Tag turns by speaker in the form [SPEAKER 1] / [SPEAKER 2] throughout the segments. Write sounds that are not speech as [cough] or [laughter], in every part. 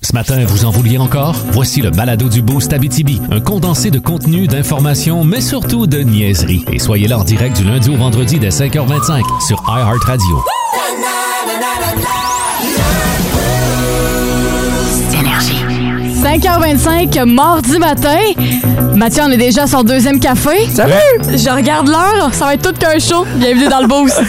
[SPEAKER 1] Ce matin, vous en vouliez encore? Voici le balado du beau Stabitibi, un condensé de contenu, d'informations, mais surtout de niaiseries. Et soyez là en direct du lundi au vendredi dès 5h25 sur iHeartRadio.
[SPEAKER 2] Énergie.
[SPEAKER 3] 5h25, mardi matin. Mathieu, on est déjà à son deuxième café. Salut! Je regarde l'heure, ça va être tout qu'un show. Bienvenue dans le
[SPEAKER 4] [laughs]
[SPEAKER 3] boost.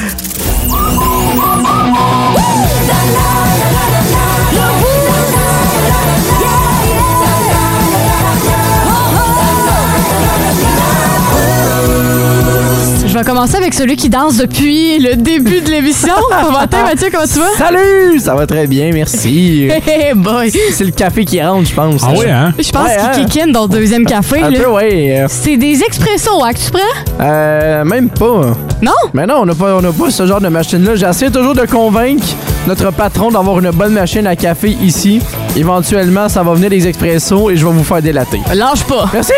[SPEAKER 3] Je vais commencer avec celui qui danse depuis le début de l'émission. Bon matin, Mathieu, comment tu vas?
[SPEAKER 4] Salut! Ça va très bien,
[SPEAKER 3] [laughs]
[SPEAKER 4] merci.
[SPEAKER 3] Hey boy!
[SPEAKER 4] C'est le café qui rentre, je pense.
[SPEAKER 5] Ah oui, hein?
[SPEAKER 3] Je pense
[SPEAKER 4] Ouais, hein?
[SPEAKER 3] qu'il kick in dans le deuxième café.
[SPEAKER 4] Un
[SPEAKER 3] là.
[SPEAKER 4] peu, ouais. euh,
[SPEAKER 3] C'est des expressos hein, que tu prends?
[SPEAKER 4] euh, même pas.
[SPEAKER 3] Non?
[SPEAKER 4] Mais non, on n'a pas, on n'a pas ce genre de machine-là. J'essaie toujours de convaincre notre patron d'avoir une bonne machine à café ici. Éventuellement, ça va venir des expressos et je vais vous faire délater.
[SPEAKER 3] Lâche pas.
[SPEAKER 4] Merci!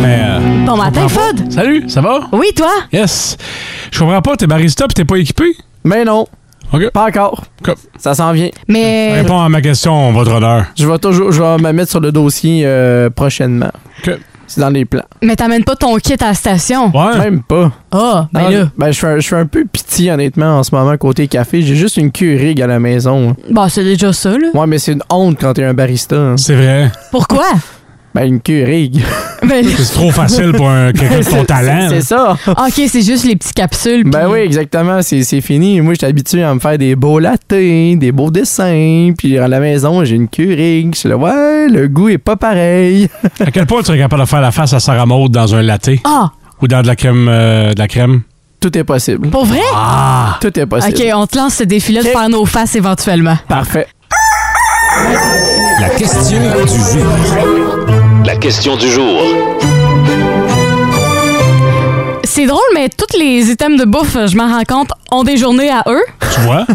[SPEAKER 5] Mais. euh,
[SPEAKER 3] Bon matin,
[SPEAKER 5] comprends pas.
[SPEAKER 3] Fod.
[SPEAKER 5] Salut, ça va?
[SPEAKER 3] Oui, toi?
[SPEAKER 5] Yes. Je comprends pas, t'es barista pis t'es pas équipé?
[SPEAKER 4] Mais non,
[SPEAKER 5] Ok.
[SPEAKER 4] pas encore.
[SPEAKER 5] Comme-
[SPEAKER 4] Ça s'en vient.
[SPEAKER 3] Mais.
[SPEAKER 5] Réponds à ma question, votre honneur.
[SPEAKER 4] Je vais toujours je vais me mettre sur le dossier euh, prochainement.
[SPEAKER 5] Ok.
[SPEAKER 4] C'est dans les plans.
[SPEAKER 3] Mais t'amènes pas ton kit à la station.
[SPEAKER 5] Ouais.
[SPEAKER 4] Même pas.
[SPEAKER 3] Ah, ben là.
[SPEAKER 4] Ben, je fais un- je fais un peu pitié, honnêtement, en ce moment, côté café. J'ai juste une Keurig à la maison. hein.
[SPEAKER 3] Bon, Bah, c'est déjà ça, là.
[SPEAKER 4] Ouais, mais c'est une honte quand t'es un barista. hein.
[SPEAKER 5] C'est vrai.
[SPEAKER 3] Pourquoi?
[SPEAKER 4] Ben, une Keurig.
[SPEAKER 3] Ben,
[SPEAKER 5] C'est trop facile pour un- quelqu'un de ton
[SPEAKER 4] C'est-
[SPEAKER 3] hein.
[SPEAKER 5] talent.
[SPEAKER 4] C'est
[SPEAKER 5] là.
[SPEAKER 4] ça.
[SPEAKER 3] ok, c'est juste les petites capsules.
[SPEAKER 4] Ben
[SPEAKER 3] puis-
[SPEAKER 4] oui, exactement. C'est c'est fini. Moi, j'étais habitué à me faire des beaux latés, des beaux dessins. Puis à la maison, j'ai une Keurig. Je suis là, ouais, le goût est pas pareil.
[SPEAKER 5] À quel point tu serais capable de faire la face à Sarah Maud dans un latte
[SPEAKER 3] Ah,
[SPEAKER 5] ou dans de la crème euh, de la crème?
[SPEAKER 4] Tout est possible.
[SPEAKER 3] pour vrai?
[SPEAKER 4] Tout est possible.
[SPEAKER 3] Bah. ok, on te lance ce défi-là de
[SPEAKER 4] ben Ok.
[SPEAKER 3] faire nos faces éventuellement.
[SPEAKER 4] Parfait.
[SPEAKER 1] La question du jour.
[SPEAKER 6] La question du jour.
[SPEAKER 3] C'est drôle, mais tous les items de bouffe, je m'en rends compte, ont des journées à eux.
[SPEAKER 5] Tu vois?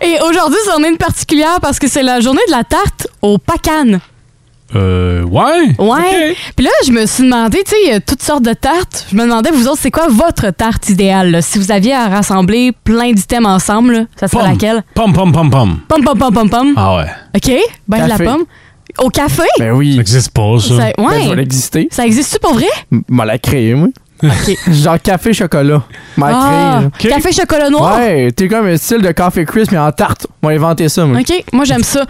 [SPEAKER 3] Et aujourd'hui, c'en est une particulière parce que c'est la journée de la tarte au pacane.
[SPEAKER 5] euh, ouais.
[SPEAKER 3] Ouais.
[SPEAKER 5] Ok.
[SPEAKER 3] Puis là, je me suis demandé, tu sais, il y a toutes sortes de tartes. Je me demandais, vous autres, c'est quoi votre tarte idéale? là? Si vous aviez à rassembler plein d'items ensemble, là, ça serait
[SPEAKER 5] Pomme.
[SPEAKER 3] laquelle?
[SPEAKER 5] Pom, pom, pom, pom.
[SPEAKER 3] Pomme, pomme, pomme, pomme, pomme.
[SPEAKER 5] Ah ouais.
[SPEAKER 3] OK? Ben, de la
[SPEAKER 4] Café.
[SPEAKER 3] pomme. Au café?
[SPEAKER 4] Ben oui.
[SPEAKER 5] Ça existe pas,
[SPEAKER 3] Ça-
[SPEAKER 5] ça.
[SPEAKER 4] Ben, je vais
[SPEAKER 3] ouais.
[SPEAKER 4] l'exister.
[SPEAKER 3] Ça existe-tu pour vrai?
[SPEAKER 4] M'a la créé, moi. Genre café chocolat. M'a
[SPEAKER 3] Ah,
[SPEAKER 4] créé.
[SPEAKER 5] Ok.
[SPEAKER 3] Café chocolat noir?
[SPEAKER 4] Ouais, t'es comme un style de café crisp, mais en tarte. On va inventer ça, moi.
[SPEAKER 3] OK, moi, j'aime ça.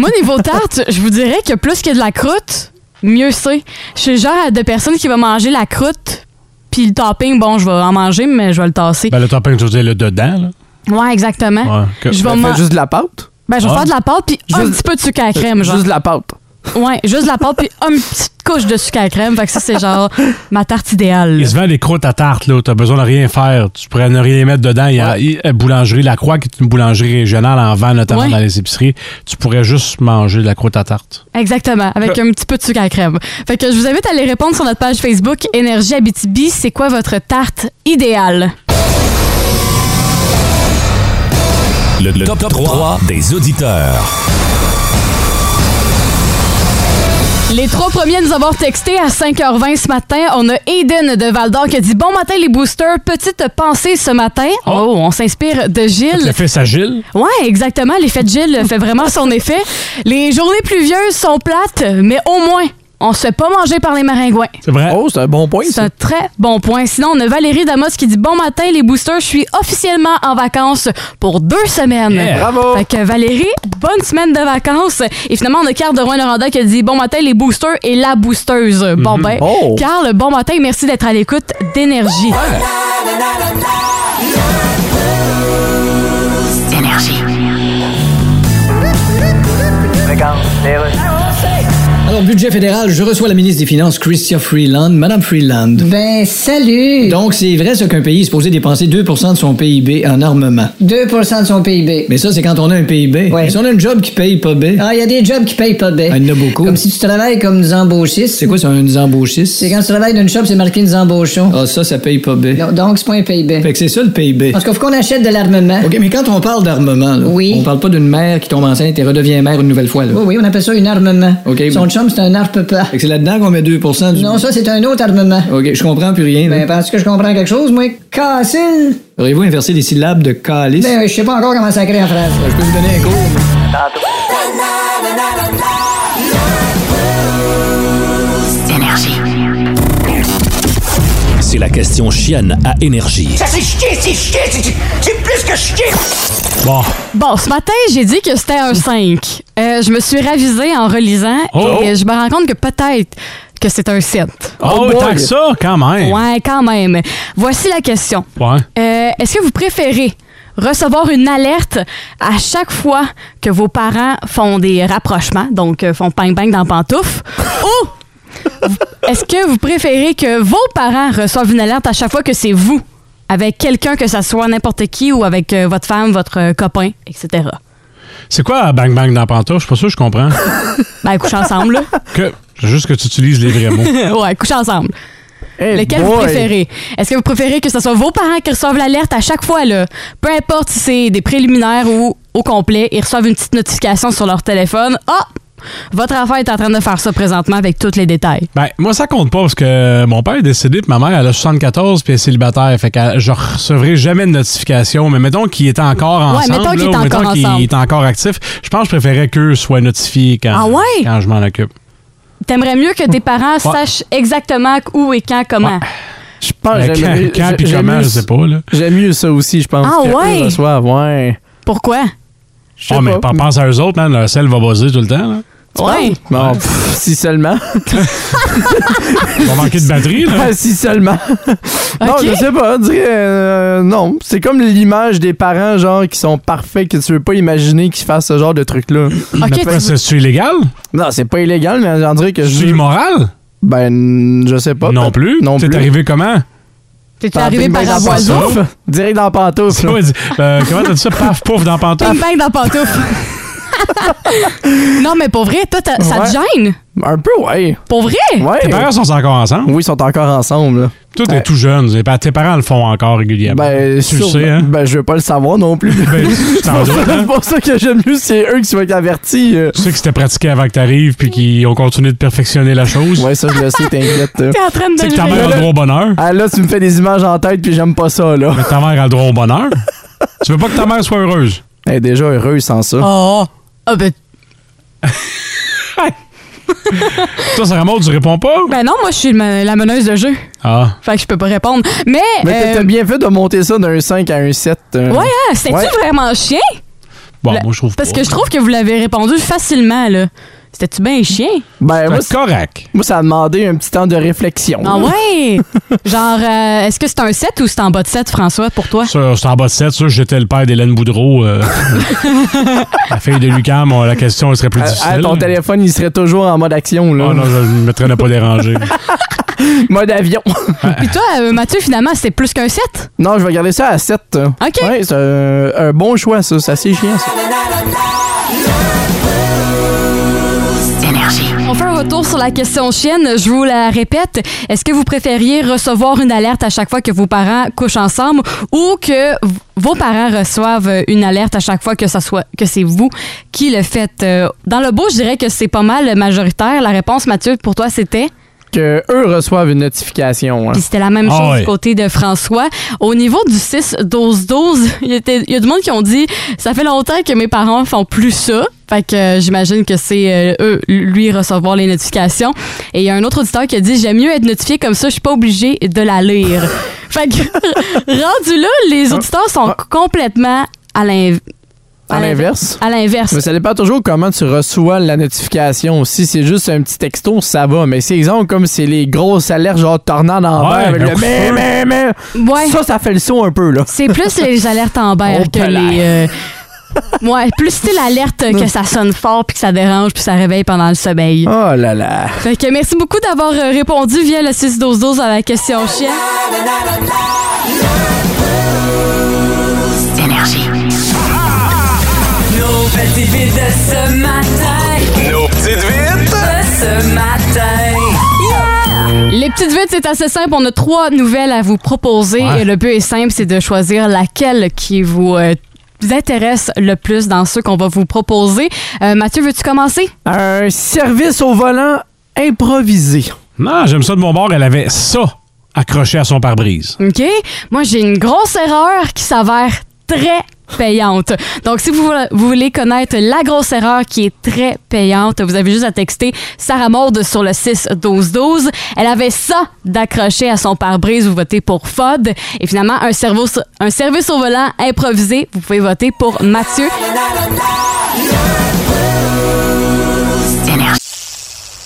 [SPEAKER 3] moi, niveau tarte, je vous dirais que plus que de la croûte, mieux c'est. Je suis le genre de personne qui va manger la croûte, puis le topping, bon, je vais en manger, mais je vais le tasser.
[SPEAKER 5] Ben, le topping, je veux dire, le dedans,
[SPEAKER 3] ouais, exactement.
[SPEAKER 5] là. Ouais. ok.
[SPEAKER 3] Je vais
[SPEAKER 4] Ben,
[SPEAKER 3] ma-
[SPEAKER 4] fais juste de la pâte.
[SPEAKER 3] Ben, je vais
[SPEAKER 5] Ouais.
[SPEAKER 3] faire de la pâte puis un
[SPEAKER 4] Juste-
[SPEAKER 3] petit peu de sucre à crème, genre.
[SPEAKER 4] Juste de la pâte.
[SPEAKER 3] Ouais, juste de la pâte puis une petite couche de sucre à crème. Fait que ça, c'est genre ma tarte idéale.
[SPEAKER 5] Il
[SPEAKER 3] là.
[SPEAKER 5] se vend des croûtes à tarte, là. T'as besoin de rien faire. Tu pourrais ne rien mettre dedans. Il y a il- euh, Boulangerie La Croix, qui est une boulangerie régionale en vend, notamment
[SPEAKER 3] Ouais.
[SPEAKER 5] dans les épiceries. Tu pourrais juste manger de la croûte à tarte.
[SPEAKER 3] Exactement, avec un petit peu de sucre à crème. Fait que je vous invite à aller répondre sur notre page Facebook Énergie Abitibi. C'est quoi votre tarte idéale?
[SPEAKER 1] Le, le top, 3 des auditeurs.
[SPEAKER 3] Les trois premiers à nous avoir texté à 5h20 ce matin, on a Aiden de Val-d'Or qui a dit Bon matin, les boosters. Petite pensée ce matin. Oh, on s'inspire de Gilles.
[SPEAKER 5] Le fils agile.
[SPEAKER 3] Ouais, exactement. L'effet de Gilles fait vraiment son effet. Les journées pluvieuses sont plates, mais au moins, on se fait pas manger par les maringouins.
[SPEAKER 5] C'est vrai.
[SPEAKER 4] Oh, c'est un bon point,
[SPEAKER 3] C'est
[SPEAKER 4] ça.
[SPEAKER 3] un très bon point. Sinon, on a Valérie Damos qui dit Bon matin, les boosters, je suis officiellement en vacances pour deux semaines.
[SPEAKER 5] Yeah.
[SPEAKER 4] Bravo!
[SPEAKER 3] Fait que Valérie, bonne semaine de vacances. Et finalement, on a Carl de Rouen-Noranda qui a dit Bon matin, les boosters et la boosteuse. Bon ben,
[SPEAKER 4] Oh.
[SPEAKER 3] Carl, bon matin, merci d'être à l'écoute d'énergie.
[SPEAKER 2] Énergie.
[SPEAKER 7] Regarde, les rues.
[SPEAKER 2] Alors, budget fédéral, je reçois la ministre des Finances, Chrystia Freeland. Madame Freeland.
[SPEAKER 7] Ben, salut!
[SPEAKER 2] Donc, c'est vrai ce qu'un pays est supposé dépenser 2 de son PIB en armement.
[SPEAKER 7] 2 de son PIB.
[SPEAKER 2] Mais ça, c'est quand on a un PIB.
[SPEAKER 7] Ouais.
[SPEAKER 2] Mais Si on a un job qui paye pas B,
[SPEAKER 7] Ah, il y a des jobs qui payent pas bien.
[SPEAKER 2] Ah, il y en a beaucoup.
[SPEAKER 7] Comme si tu travailles comme nous embauchistes.
[SPEAKER 2] c'est quoi ça, un embauchiste?
[SPEAKER 7] C'est quand tu travailles dans une shop, c'est marqué nous embauchons.
[SPEAKER 2] Ah, ça, ça paye pas B.
[SPEAKER 7] Non, Donc, c'est pas un PIB.
[SPEAKER 2] Fait que c'est ça le PIB.
[SPEAKER 7] Parce qu'il faut qu'on achète de l'armement.
[SPEAKER 2] OK, mais quand on parle d'armement, là,
[SPEAKER 7] hein? Oui.
[SPEAKER 2] on parle pas d'une mère qui tombe enceinte et redevient mère une nouvelle fois. Là.
[SPEAKER 7] Oui, Oh oui, on appelle ça une armement.
[SPEAKER 2] OK,
[SPEAKER 7] Son
[SPEAKER 2] bon.
[SPEAKER 7] chum, c'est un arpe-pas.
[SPEAKER 2] Fait que c'est là-dedans qu'on met 2 du...
[SPEAKER 7] Non, ça, c'est un autre armement.
[SPEAKER 2] OK, je comprends plus rien. là.
[SPEAKER 7] Ben, penses que je comprends quelque chose, moi? Cassine?
[SPEAKER 2] Auriez-vous inversé les syllabes de calice?
[SPEAKER 7] Ben, je sais pas encore comment ça crée en phrase.
[SPEAKER 2] Je peux vous donner un cours. mais-
[SPEAKER 1] C'est la question chienne à énergie.
[SPEAKER 5] Bon.
[SPEAKER 3] Bon, ce matin, j'ai dit que c'était un 5. Euh, je me suis ravisée en relisant
[SPEAKER 5] Oh!
[SPEAKER 3] et je me rends compte que peut-être que c'est un 7.
[SPEAKER 5] Oh, tant que ça, quand même.
[SPEAKER 3] Ouais, quand même. Voici la question.
[SPEAKER 5] Ouais.
[SPEAKER 3] Euh, Est-ce que vous préférez recevoir une alerte à chaque fois que vos parents font des rapprochements, donc euh, font bang-bang dans pantoufles, ou est-ce que vous préférez que vos parents reçoivent une alerte à chaque fois que c'est vous, avec quelqu'un, que ça soit n'importe qui, ou avec euh, votre femme, votre euh, copain, etc.?
[SPEAKER 5] C'est quoi Bang Bang dans Pantoufle? Je suis pas sûr que je comprends.
[SPEAKER 3] Ben, couche ensemble, là.
[SPEAKER 5] [laughs] que... C'est juste que tu utilises les vrais mots.
[SPEAKER 3] ouais, couche ensemble.
[SPEAKER 4] Hey
[SPEAKER 3] Lequel vous
[SPEAKER 4] boy.
[SPEAKER 3] préférez? Est-ce que vous préférez que ce soit vos parents qui reçoivent l'alerte à chaque fois, là? Peu importe si c'est des préliminaires ou au complet, ils reçoivent une petite notification sur leur téléphone. Ah! Votre affaire est en train de faire ça présentement avec tous les détails.
[SPEAKER 5] Ben, moi, ça compte pas parce que mon père est décédé, puis ma mère, elle a 74, puis elle est célibataire. Fait que euh, je recevrai jamais de notification. Mais mettons qu'il est encore
[SPEAKER 3] Ouais,
[SPEAKER 5] ensemble.
[SPEAKER 3] mettons qu'il
[SPEAKER 5] là,
[SPEAKER 3] est
[SPEAKER 5] ou mettons
[SPEAKER 3] encore ensemble.
[SPEAKER 5] qu'il est encore actif. Je pense que je préférais qu'eux soient notifiés quand,
[SPEAKER 3] Ah ouais?
[SPEAKER 5] quand je m'en occupe.
[SPEAKER 3] T'aimerais mieux que tes parents sachent exactement où et quand, comment.
[SPEAKER 4] Ah, Je pense
[SPEAKER 5] Mais
[SPEAKER 4] que
[SPEAKER 5] quand,
[SPEAKER 4] j'aime-
[SPEAKER 5] quand
[SPEAKER 4] j'ai-
[SPEAKER 5] puis
[SPEAKER 4] j'aime
[SPEAKER 5] comment,
[SPEAKER 4] mieux-
[SPEAKER 5] je sais pas, là.
[SPEAKER 4] J'aime mieux ça aussi, je pense.
[SPEAKER 3] Ah
[SPEAKER 4] que
[SPEAKER 3] ouais?
[SPEAKER 4] eux reçoivent, ouais.
[SPEAKER 3] Pourquoi?
[SPEAKER 4] Je sais
[SPEAKER 5] Oh, mais
[SPEAKER 4] pas.
[SPEAKER 5] pense à eux autres, man. Leur sel va buzzer tout le
[SPEAKER 4] [laughs]
[SPEAKER 5] temps, là.
[SPEAKER 3] Ouais.
[SPEAKER 4] Bon, pff, si seulement. [laughs] Ah,
[SPEAKER 5] Ils vont manquer de batterie, là.
[SPEAKER 4] si
[SPEAKER 3] [laughs]
[SPEAKER 4] seulement. non,
[SPEAKER 3] Ok.
[SPEAKER 4] je sais pas. on dirait, euh, non, c'est comme l'image des parents, genre, qui sont parfaits, que tu veux pas imaginer qu'ils fassent ce genre de truc-là.
[SPEAKER 3] Ok,
[SPEAKER 5] Mais
[SPEAKER 3] tu-
[SPEAKER 5] pourquoi, c'est- c'est illégal?
[SPEAKER 4] Non, c'est pas illégal, mais on dirait que
[SPEAKER 5] C'est
[SPEAKER 4] je.
[SPEAKER 5] immoral?
[SPEAKER 4] Ben, je sais pas.
[SPEAKER 5] non plus.
[SPEAKER 4] Non
[SPEAKER 5] T'es
[SPEAKER 4] plus.
[SPEAKER 5] arrivé comment?
[SPEAKER 3] T'es-tu arrivé par
[SPEAKER 4] Ping-bang
[SPEAKER 3] la
[SPEAKER 4] dans
[SPEAKER 3] voisin?
[SPEAKER 4] pantoufle. Direct dans la
[SPEAKER 5] C'est [laughs]
[SPEAKER 4] pantoufle.
[SPEAKER 5] quoi,
[SPEAKER 4] là.
[SPEAKER 5] dis- euh, comment t'as dit ça? Paf, pouf, dans pantoufle.
[SPEAKER 3] Ping bang dans
[SPEAKER 5] [laughs]
[SPEAKER 3] pantoufle. non, mais pour vrai, toi, t'as- ça te
[SPEAKER 4] Ouais.
[SPEAKER 3] gêne?
[SPEAKER 4] Un peu, ouais.
[SPEAKER 3] Pour vrai?
[SPEAKER 4] Ouais.
[SPEAKER 5] Tes parents sont encore ensemble?
[SPEAKER 4] Oui, ils sont encore ensemble. là.
[SPEAKER 5] Toi, t'es tout jeune. Les pa- Tes parents le font encore régulièrement.
[SPEAKER 4] Ben,
[SPEAKER 5] Ah tu le
[SPEAKER 4] sûrement-
[SPEAKER 5] sais, hein?
[SPEAKER 4] Ben, je veux pas le savoir non plus.
[SPEAKER 5] Ben, tu t'en doutes, hein?
[SPEAKER 4] c'est pour ça que j'aime mieux, c'est eux qui sont avertis. euh.
[SPEAKER 5] Tu sais que c'était pratiqué avant que t'arrives puis qu'ils ont continué de perfectionner la chose.
[SPEAKER 4] Ouais, ça, je le sais, t'inquiète. euh.
[SPEAKER 3] T'es en train de
[SPEAKER 5] Tu sais que ta
[SPEAKER 3] le
[SPEAKER 5] mère a
[SPEAKER 3] gérer.
[SPEAKER 5] le droit au bonheur.
[SPEAKER 4] Ah là, tu me fais des images en tête, puis j'aime pas ça, là.
[SPEAKER 5] Mais ta mère a le droit au bonheur. tu veux pas que ta mère soit heureuse?
[SPEAKER 4] Elle est déjà heureuse sans ça.
[SPEAKER 3] Ah! Ah, ben,
[SPEAKER 5] Toi, Sarah Maud, tu réponds pas?
[SPEAKER 3] ben non, moi, je suis ma- la meneuse de jeu.
[SPEAKER 5] Ah.
[SPEAKER 3] Fait que je peux pas répondre. Mais.
[SPEAKER 4] Mais t'as-
[SPEAKER 3] euh,
[SPEAKER 4] t'as bien fait de monter ça d'un 5 à un 7. euh.
[SPEAKER 3] Ouais, hein, c'était-tu
[SPEAKER 4] Ouais.
[SPEAKER 3] vraiment chien?
[SPEAKER 5] Bon,
[SPEAKER 3] Le-
[SPEAKER 5] moi, je trouve
[SPEAKER 3] Parce
[SPEAKER 5] pas.
[SPEAKER 3] que je trouve que vous l'avez répondu facilement, là. C'était-tu bien chien?
[SPEAKER 4] Ben, moi,
[SPEAKER 5] Fait
[SPEAKER 4] c-
[SPEAKER 5] correct.
[SPEAKER 4] moi, ça a demandé un petit temps de réflexion.
[SPEAKER 3] Ah ouais! Genre, euh, est-ce que c'est un 7 ou c'est en bas de 7, François, pour toi?
[SPEAKER 5] Ça, c'est en bas de 7. Ça, j'étais le père d'Hélène Boudreau. euh, la fille de Lucam, euh, la question elle serait plus
[SPEAKER 4] Ah,
[SPEAKER 5] difficile.
[SPEAKER 4] ah, ton téléphone, il serait toujours en mode action, là.
[SPEAKER 5] Oh non, je me traîne à pas déranger.
[SPEAKER 4] Mode avion.
[SPEAKER 3] Puis toi, euh, Mathieu, finalement, c'est plus qu'un 7?
[SPEAKER 4] non, je vais garder ça à 7.
[SPEAKER 3] Ok.
[SPEAKER 4] Ouais, c'est un, un bon choix, ça. C'est assez chiant, ça.
[SPEAKER 3] On fait un retour sur la question chienne. Je vous la répète. Est-ce que vous préfériez recevoir une alerte à chaque fois que vos parents couchent ensemble ou que v- vos parents reçoivent une alerte à chaque fois que ça soit que c'est vous qui le faites Euh, Dans le beau, je dirais que c'est pas mal majoritaire. La réponse, Mathieu, pour toi, c'était.
[SPEAKER 4] Que eux reçoivent une notification. hein.
[SPEAKER 3] Puis c'était la même
[SPEAKER 5] Ah
[SPEAKER 3] chose
[SPEAKER 5] ouais.
[SPEAKER 3] du côté de François. Au niveau du 6-12-12, [laughs] il y, était- il y a du monde qui ont dit Ça fait longtemps que mes parents font plus ça. Fait que euh, j'imagine que c'est euh, eux, lui, recevoir les notifications. Et il y a un autre auditeur qui a dit J'aime mieux être notifié comme ça, je suis pas obligé de la lire. [laughs] fait que rendu là, les
[SPEAKER 4] Ah.
[SPEAKER 3] auditeurs sont complètement à l'inv-
[SPEAKER 4] À l'inverse.
[SPEAKER 3] à l'inverse.
[SPEAKER 4] Mais ça dépend toujours comment tu reçois la notification. Si c'est juste un petit texto, ça va. Mais c'est exemple comme c'est les grosses alertes genre tornade en
[SPEAKER 5] Ouais,
[SPEAKER 4] verre avec
[SPEAKER 5] un
[SPEAKER 4] le
[SPEAKER 5] coup de
[SPEAKER 4] mais,
[SPEAKER 5] feu.
[SPEAKER 4] mais, mais.
[SPEAKER 3] Ouais.
[SPEAKER 4] Ça, ça fait le saut un peu, là.
[SPEAKER 3] C'est plus les alertes en
[SPEAKER 4] Oh,
[SPEAKER 3] que
[SPEAKER 4] palais.
[SPEAKER 3] les. euh, Ouais, plus style alerte que ça sonne fort puis que ça dérange puis ça réveille pendant le sommeil.
[SPEAKER 4] Oh là là.
[SPEAKER 3] Fait que merci beaucoup d'avoir euh, répondu via le 6-12-12 à la question chien.
[SPEAKER 8] Nos petites vites de ce matin.
[SPEAKER 9] Nos petites vites.
[SPEAKER 8] De ce matin.
[SPEAKER 3] Les petites vites, c'est assez simple. On a trois nouvelles à vous proposer
[SPEAKER 5] Ouais.
[SPEAKER 3] et le but est simple, c'est de choisir laquelle qui vous, euh, vous intéresse le plus dans ceux qu'on va vous proposer. Euh, Mathieu, veux-tu commencer?
[SPEAKER 4] Un service au volant improvisé.
[SPEAKER 5] Non, j'aime ça de mon bord, elle avait ça accroché à son pare-brise.
[SPEAKER 3] OK? Moi, j'ai une grosse erreur qui s'avère très payante. Donc, si vous, voulez- vous voulez connaître la grosse erreur qui est très payante, vous avez juste à texter Sarah Maud sur le 6-12-12. Elle avait ça d'accrocher à son pare-brise. Vous votez pour FOD. Et finalement, un, cerveau, un service au volant improvisé. Vous pouvez voter pour Mathieu.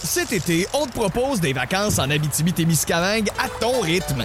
[SPEAKER 10] Cet été, on te propose des vacances en Abitibi-Témiscamingue à ton rythme.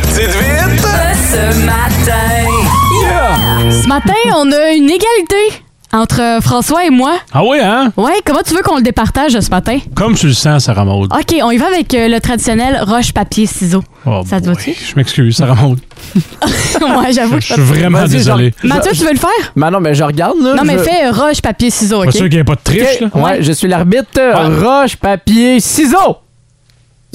[SPEAKER 9] petites vites.
[SPEAKER 8] De ce matin.
[SPEAKER 3] Ce matin, on a une égalité entre François et moi.
[SPEAKER 5] Ah oui, hein?
[SPEAKER 3] Ouais, comment tu veux qu'on le départage ce matin?
[SPEAKER 5] Comme tu le sens, Sarah Maud.
[SPEAKER 3] OK, on y va avec euh, le traditionnel roche-papier-ciseaux.
[SPEAKER 5] Oh
[SPEAKER 3] ça te
[SPEAKER 5] boy.
[SPEAKER 3] va-tu?
[SPEAKER 5] Je m'excuse, Sarah Maud.
[SPEAKER 3] [laughs] Moi, j'avoue
[SPEAKER 5] Je
[SPEAKER 3] que
[SPEAKER 5] suis vraiment
[SPEAKER 4] Vas-y,
[SPEAKER 5] désolé.
[SPEAKER 3] Mathieu, tu veux le faire?
[SPEAKER 4] Mais non, mais je regarde, là.
[SPEAKER 3] Non,
[SPEAKER 4] je
[SPEAKER 3] mais
[SPEAKER 4] veux-
[SPEAKER 3] fais euh, roche, papier, ciseaux,
[SPEAKER 5] Pas
[SPEAKER 3] OK?
[SPEAKER 5] sûr qu'il n'y ait pas de triche, là?
[SPEAKER 4] Ok. Ouais, je suis l'arbitre. Roche, papier, ciseaux.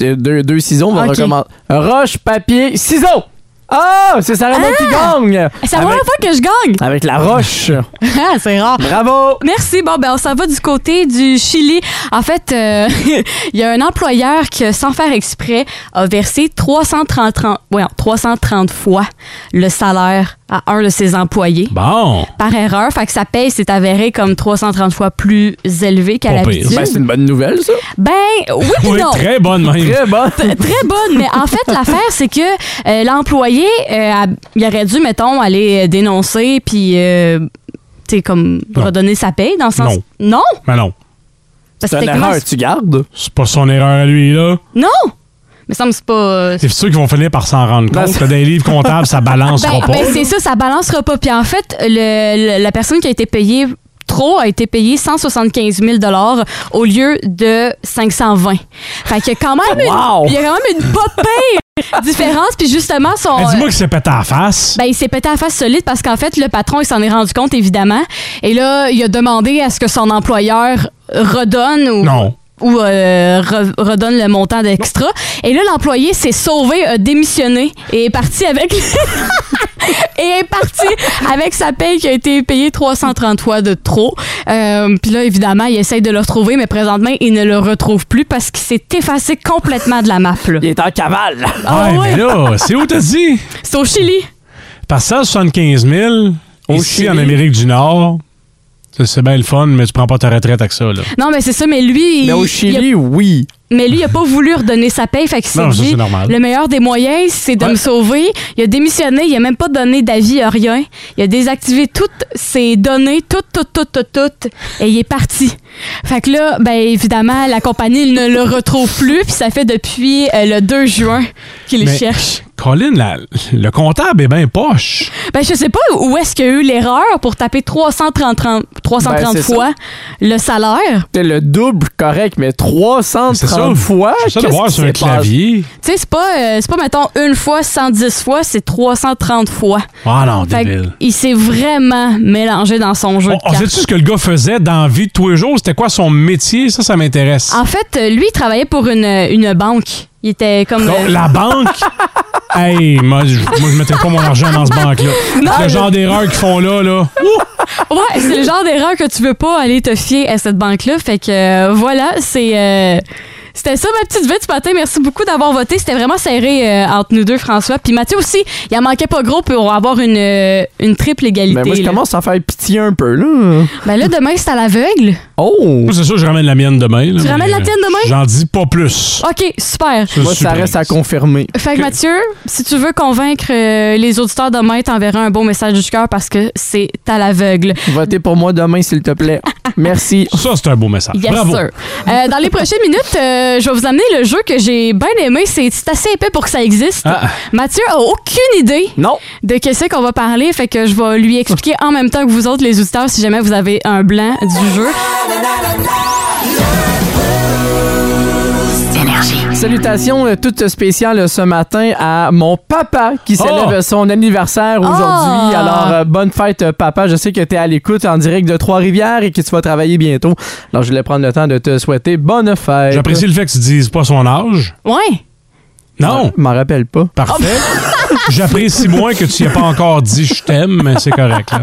[SPEAKER 4] Euh, Deux, deux ciseaux, on va
[SPEAKER 3] Ok.
[SPEAKER 4] recommencer. Roche, papier, ciseaux. Ah, c'est Sarah Maud qui gagne.
[SPEAKER 3] C'est la
[SPEAKER 4] avec,
[SPEAKER 3] première fois que je gagne!
[SPEAKER 4] avec la roche.
[SPEAKER 3] [laughs] Ah, c'est rare.
[SPEAKER 4] Bravo.
[SPEAKER 3] Merci. Bon, ben, on s'en va du côté du Chili. En fait, euh, [laughs] il y a un employeur qui, sans faire exprès, a versé 330, tran- voyons, 330 fois le salaire à un de ses employés. [laughs]
[SPEAKER 5] Bon.
[SPEAKER 3] Par erreur, fait que sa paye s'est avérée comme 330 fois plus élevée qu'à
[SPEAKER 5] Pas pire.
[SPEAKER 3] l'habitude.
[SPEAKER 4] Ben, c'est une bonne nouvelle, ça.
[SPEAKER 3] Ben, oui, puis
[SPEAKER 5] [laughs] Oui,
[SPEAKER 3] non.
[SPEAKER 5] très bonne, même.
[SPEAKER 4] Très
[SPEAKER 5] [laughs]
[SPEAKER 4] bonne.
[SPEAKER 3] T- Euh, très bonne, mais en fait, l'affaire, c'est que euh, l'employé, euh, a- il aurait dû, mettons, aller euh, dénoncer, puis, euh, tu sais, comme,
[SPEAKER 5] Non.
[SPEAKER 3] redonner sa paye, dans le sens.
[SPEAKER 5] Non.
[SPEAKER 3] Non!
[SPEAKER 5] Mais non,
[SPEAKER 3] Parce
[SPEAKER 4] C'est
[SPEAKER 3] que
[SPEAKER 4] une
[SPEAKER 3] techniquement,
[SPEAKER 4] erreur,
[SPEAKER 3] c'est-
[SPEAKER 4] tu gardes.
[SPEAKER 5] c'est pas son erreur à lui, là.
[SPEAKER 3] Non! Mais ça me c'est pas. euh,
[SPEAKER 5] C'est sûr qu'ils vont finir par s'en rendre
[SPEAKER 4] Ben,
[SPEAKER 5] compte.
[SPEAKER 4] c'est-
[SPEAKER 5] là, Dans les livres comptables, ça balancera
[SPEAKER 3] [laughs] ben,
[SPEAKER 5] pas.
[SPEAKER 3] ben, c'est ça, ça balancera pas. Puis en fait, le- le- la personne qui a été payée trop a été payée 175 000 au lieu de 520. Fait qu'il y a quand même
[SPEAKER 4] Wow!
[SPEAKER 3] une, il y a quand même une pas
[SPEAKER 4] [laughs]
[SPEAKER 3] pire différence. Puis justement, son,
[SPEAKER 5] Ben, Dis-moi que c'est pété à la face.
[SPEAKER 3] Ben, il s'est pété à la face solide parce qu'en fait, le patron, il s'en est rendu compte, évidemment. Et là, il a demandé à ce que son employeur redonne ou,
[SPEAKER 5] non.
[SPEAKER 3] ou euh, re- redonne le montant d'extra. Et là, l'employé s'est sauvé, a démissionné et est parti avec... [laughs] et est parti avec sa paye qui a été payée 330 fois de trop. Euh, Puis là, évidemment, il essaye de le retrouver, mais présentement, il ne le retrouve plus parce qu'il s'est effacé complètement de la map. là.
[SPEAKER 4] Il est en cavale.
[SPEAKER 3] Ah
[SPEAKER 5] Ouais,
[SPEAKER 3] ouais.
[SPEAKER 5] mais là, c'est où t'as dit?
[SPEAKER 3] C'est au Chili.
[SPEAKER 5] Par 175 000,
[SPEAKER 4] Au
[SPEAKER 5] ici
[SPEAKER 4] Chili.
[SPEAKER 5] en Amérique du Nord, ça, c'est bien le fun, mais tu prends pas ta retraite avec ça. Là.
[SPEAKER 3] Non, mais c'est ça, mais lui... il-
[SPEAKER 4] Mais au
[SPEAKER 3] il a
[SPEAKER 4] Chili, oui.
[SPEAKER 3] Mais lui, il a pas voulu redonner sa paye. Fait qu'il s'est
[SPEAKER 5] Non, ça,
[SPEAKER 3] dit,
[SPEAKER 5] c'est normal.
[SPEAKER 3] le meilleur des moyens, c'est de
[SPEAKER 5] Ouais.
[SPEAKER 3] me sauver. Il a démissionné. Il a même pas donné d'avis à rien. Il a désactivé toutes ses données, toutes, toutes, toutes, toutes, toutes. Et il est parti. Fait que là, ben, évidemment, la compagnie il ne le retrouve plus. Puis ça fait depuis euh, le 2 juin qu'il
[SPEAKER 5] Mais-
[SPEAKER 3] cherche.
[SPEAKER 5] Colin, la- le comptable est bien poche.
[SPEAKER 3] Ben, je sais pas où est-ce qu'il y a eu l'erreur pour taper 330, 330
[SPEAKER 4] Ben, c'est
[SPEAKER 3] fois le salaire.
[SPEAKER 4] C'était le double correct, mais 330
[SPEAKER 5] C'est ça.
[SPEAKER 4] fois.
[SPEAKER 5] C'est ça de
[SPEAKER 4] qu'est-ce
[SPEAKER 5] voir
[SPEAKER 4] qui
[SPEAKER 5] sur un
[SPEAKER 4] s'est passé?
[SPEAKER 5] clavier.
[SPEAKER 3] Tu sais, c'est pas, euh, c'est pas, mettons, une fois, 110 fois, c'est 330 fois.
[SPEAKER 5] Ah non,
[SPEAKER 3] Fait que
[SPEAKER 5] débile.
[SPEAKER 3] il s'est vraiment mélangé dans son jeu
[SPEAKER 5] On,
[SPEAKER 3] de
[SPEAKER 5] on
[SPEAKER 3] cartes.
[SPEAKER 5] sait-tu ce que le gars faisait dans la vie de tous les jours? C'était quoi son métier? Ça, ça m'intéresse.
[SPEAKER 3] En fait, euh, lui, il travaillait pour une, une banque. Il était comme.
[SPEAKER 5] Donc,
[SPEAKER 3] euh,
[SPEAKER 5] la banque. hey, moi, je ne mettrais pas mon argent dans ce banque-là. Le genre d'erreur qu'ils font là, là.
[SPEAKER 3] [laughs] Ouais, c'est le genre d'erreur que tu veux pas aller te fier à cette banque-là. Fait que euh, voilà, c'est. euh, C'était ça ma petite vite ce matin. Merci beaucoup d'avoir voté. C'était vraiment serré euh, entre nous deux, François. Puis Mathieu aussi, il en manquait pas gros pour avoir une, euh, une triple égalité.
[SPEAKER 4] Ben moi, je
[SPEAKER 3] là.
[SPEAKER 4] commence à faire pitié un peu, là.
[SPEAKER 3] Ben là, demain, c'est à l'aveugle.
[SPEAKER 4] Oh!
[SPEAKER 5] Moi, c'est sûr, je ramène la mienne demain. là,
[SPEAKER 3] Tu
[SPEAKER 5] mais
[SPEAKER 3] ramènes la tienne demain?
[SPEAKER 5] J'en dis pas plus.
[SPEAKER 3] OK, super.
[SPEAKER 5] C'est
[SPEAKER 4] Moi, ça
[SPEAKER 5] super.
[SPEAKER 4] reste à confirmer.
[SPEAKER 3] Fait que Mathieu, si tu veux convaincre euh, les auditeurs demain, t'enverras un beau message du cœur parce que c'est à l'aveugle.
[SPEAKER 4] Votez pour moi demain, s'il te plaît. Merci.
[SPEAKER 5] Ça, c'est un beau message.
[SPEAKER 3] Yes,
[SPEAKER 5] Bravo.
[SPEAKER 3] sir. Euh, dans les prochaines minutes, euh, je vais vous amener le jeu que j'ai bien aimé. C'est c'est assez épais pour que ça existe.
[SPEAKER 5] Ah.
[SPEAKER 3] Mathieu a aucune idée
[SPEAKER 4] Non.
[SPEAKER 3] de qu'est-ce qu'on va parler. Fait que je vais lui expliquer en même temps que vous autres, les auditeurs, si jamais vous avez un blanc du jeu.
[SPEAKER 4] Salutations euh, toutes spéciales ce matin à mon papa qui célèbre son anniversaire aujourd'hui.
[SPEAKER 3] Ah!
[SPEAKER 4] Alors, euh, bonne fête, euh, papa. Je sais que tu es à l'écoute en direct de Trois-Rivières et que tu vas travailler bientôt. Alors, je voulais prendre le temps de te souhaiter bonne fête.
[SPEAKER 5] J'apprécie le fait que tu dises pas son âge.
[SPEAKER 3] Ouais.
[SPEAKER 5] Non.
[SPEAKER 4] Je m'en rappelle pas.
[SPEAKER 5] Parfait. J'apprécie moins que tu n'y aies pas encore dit je t'aime, mais c'est correct. là.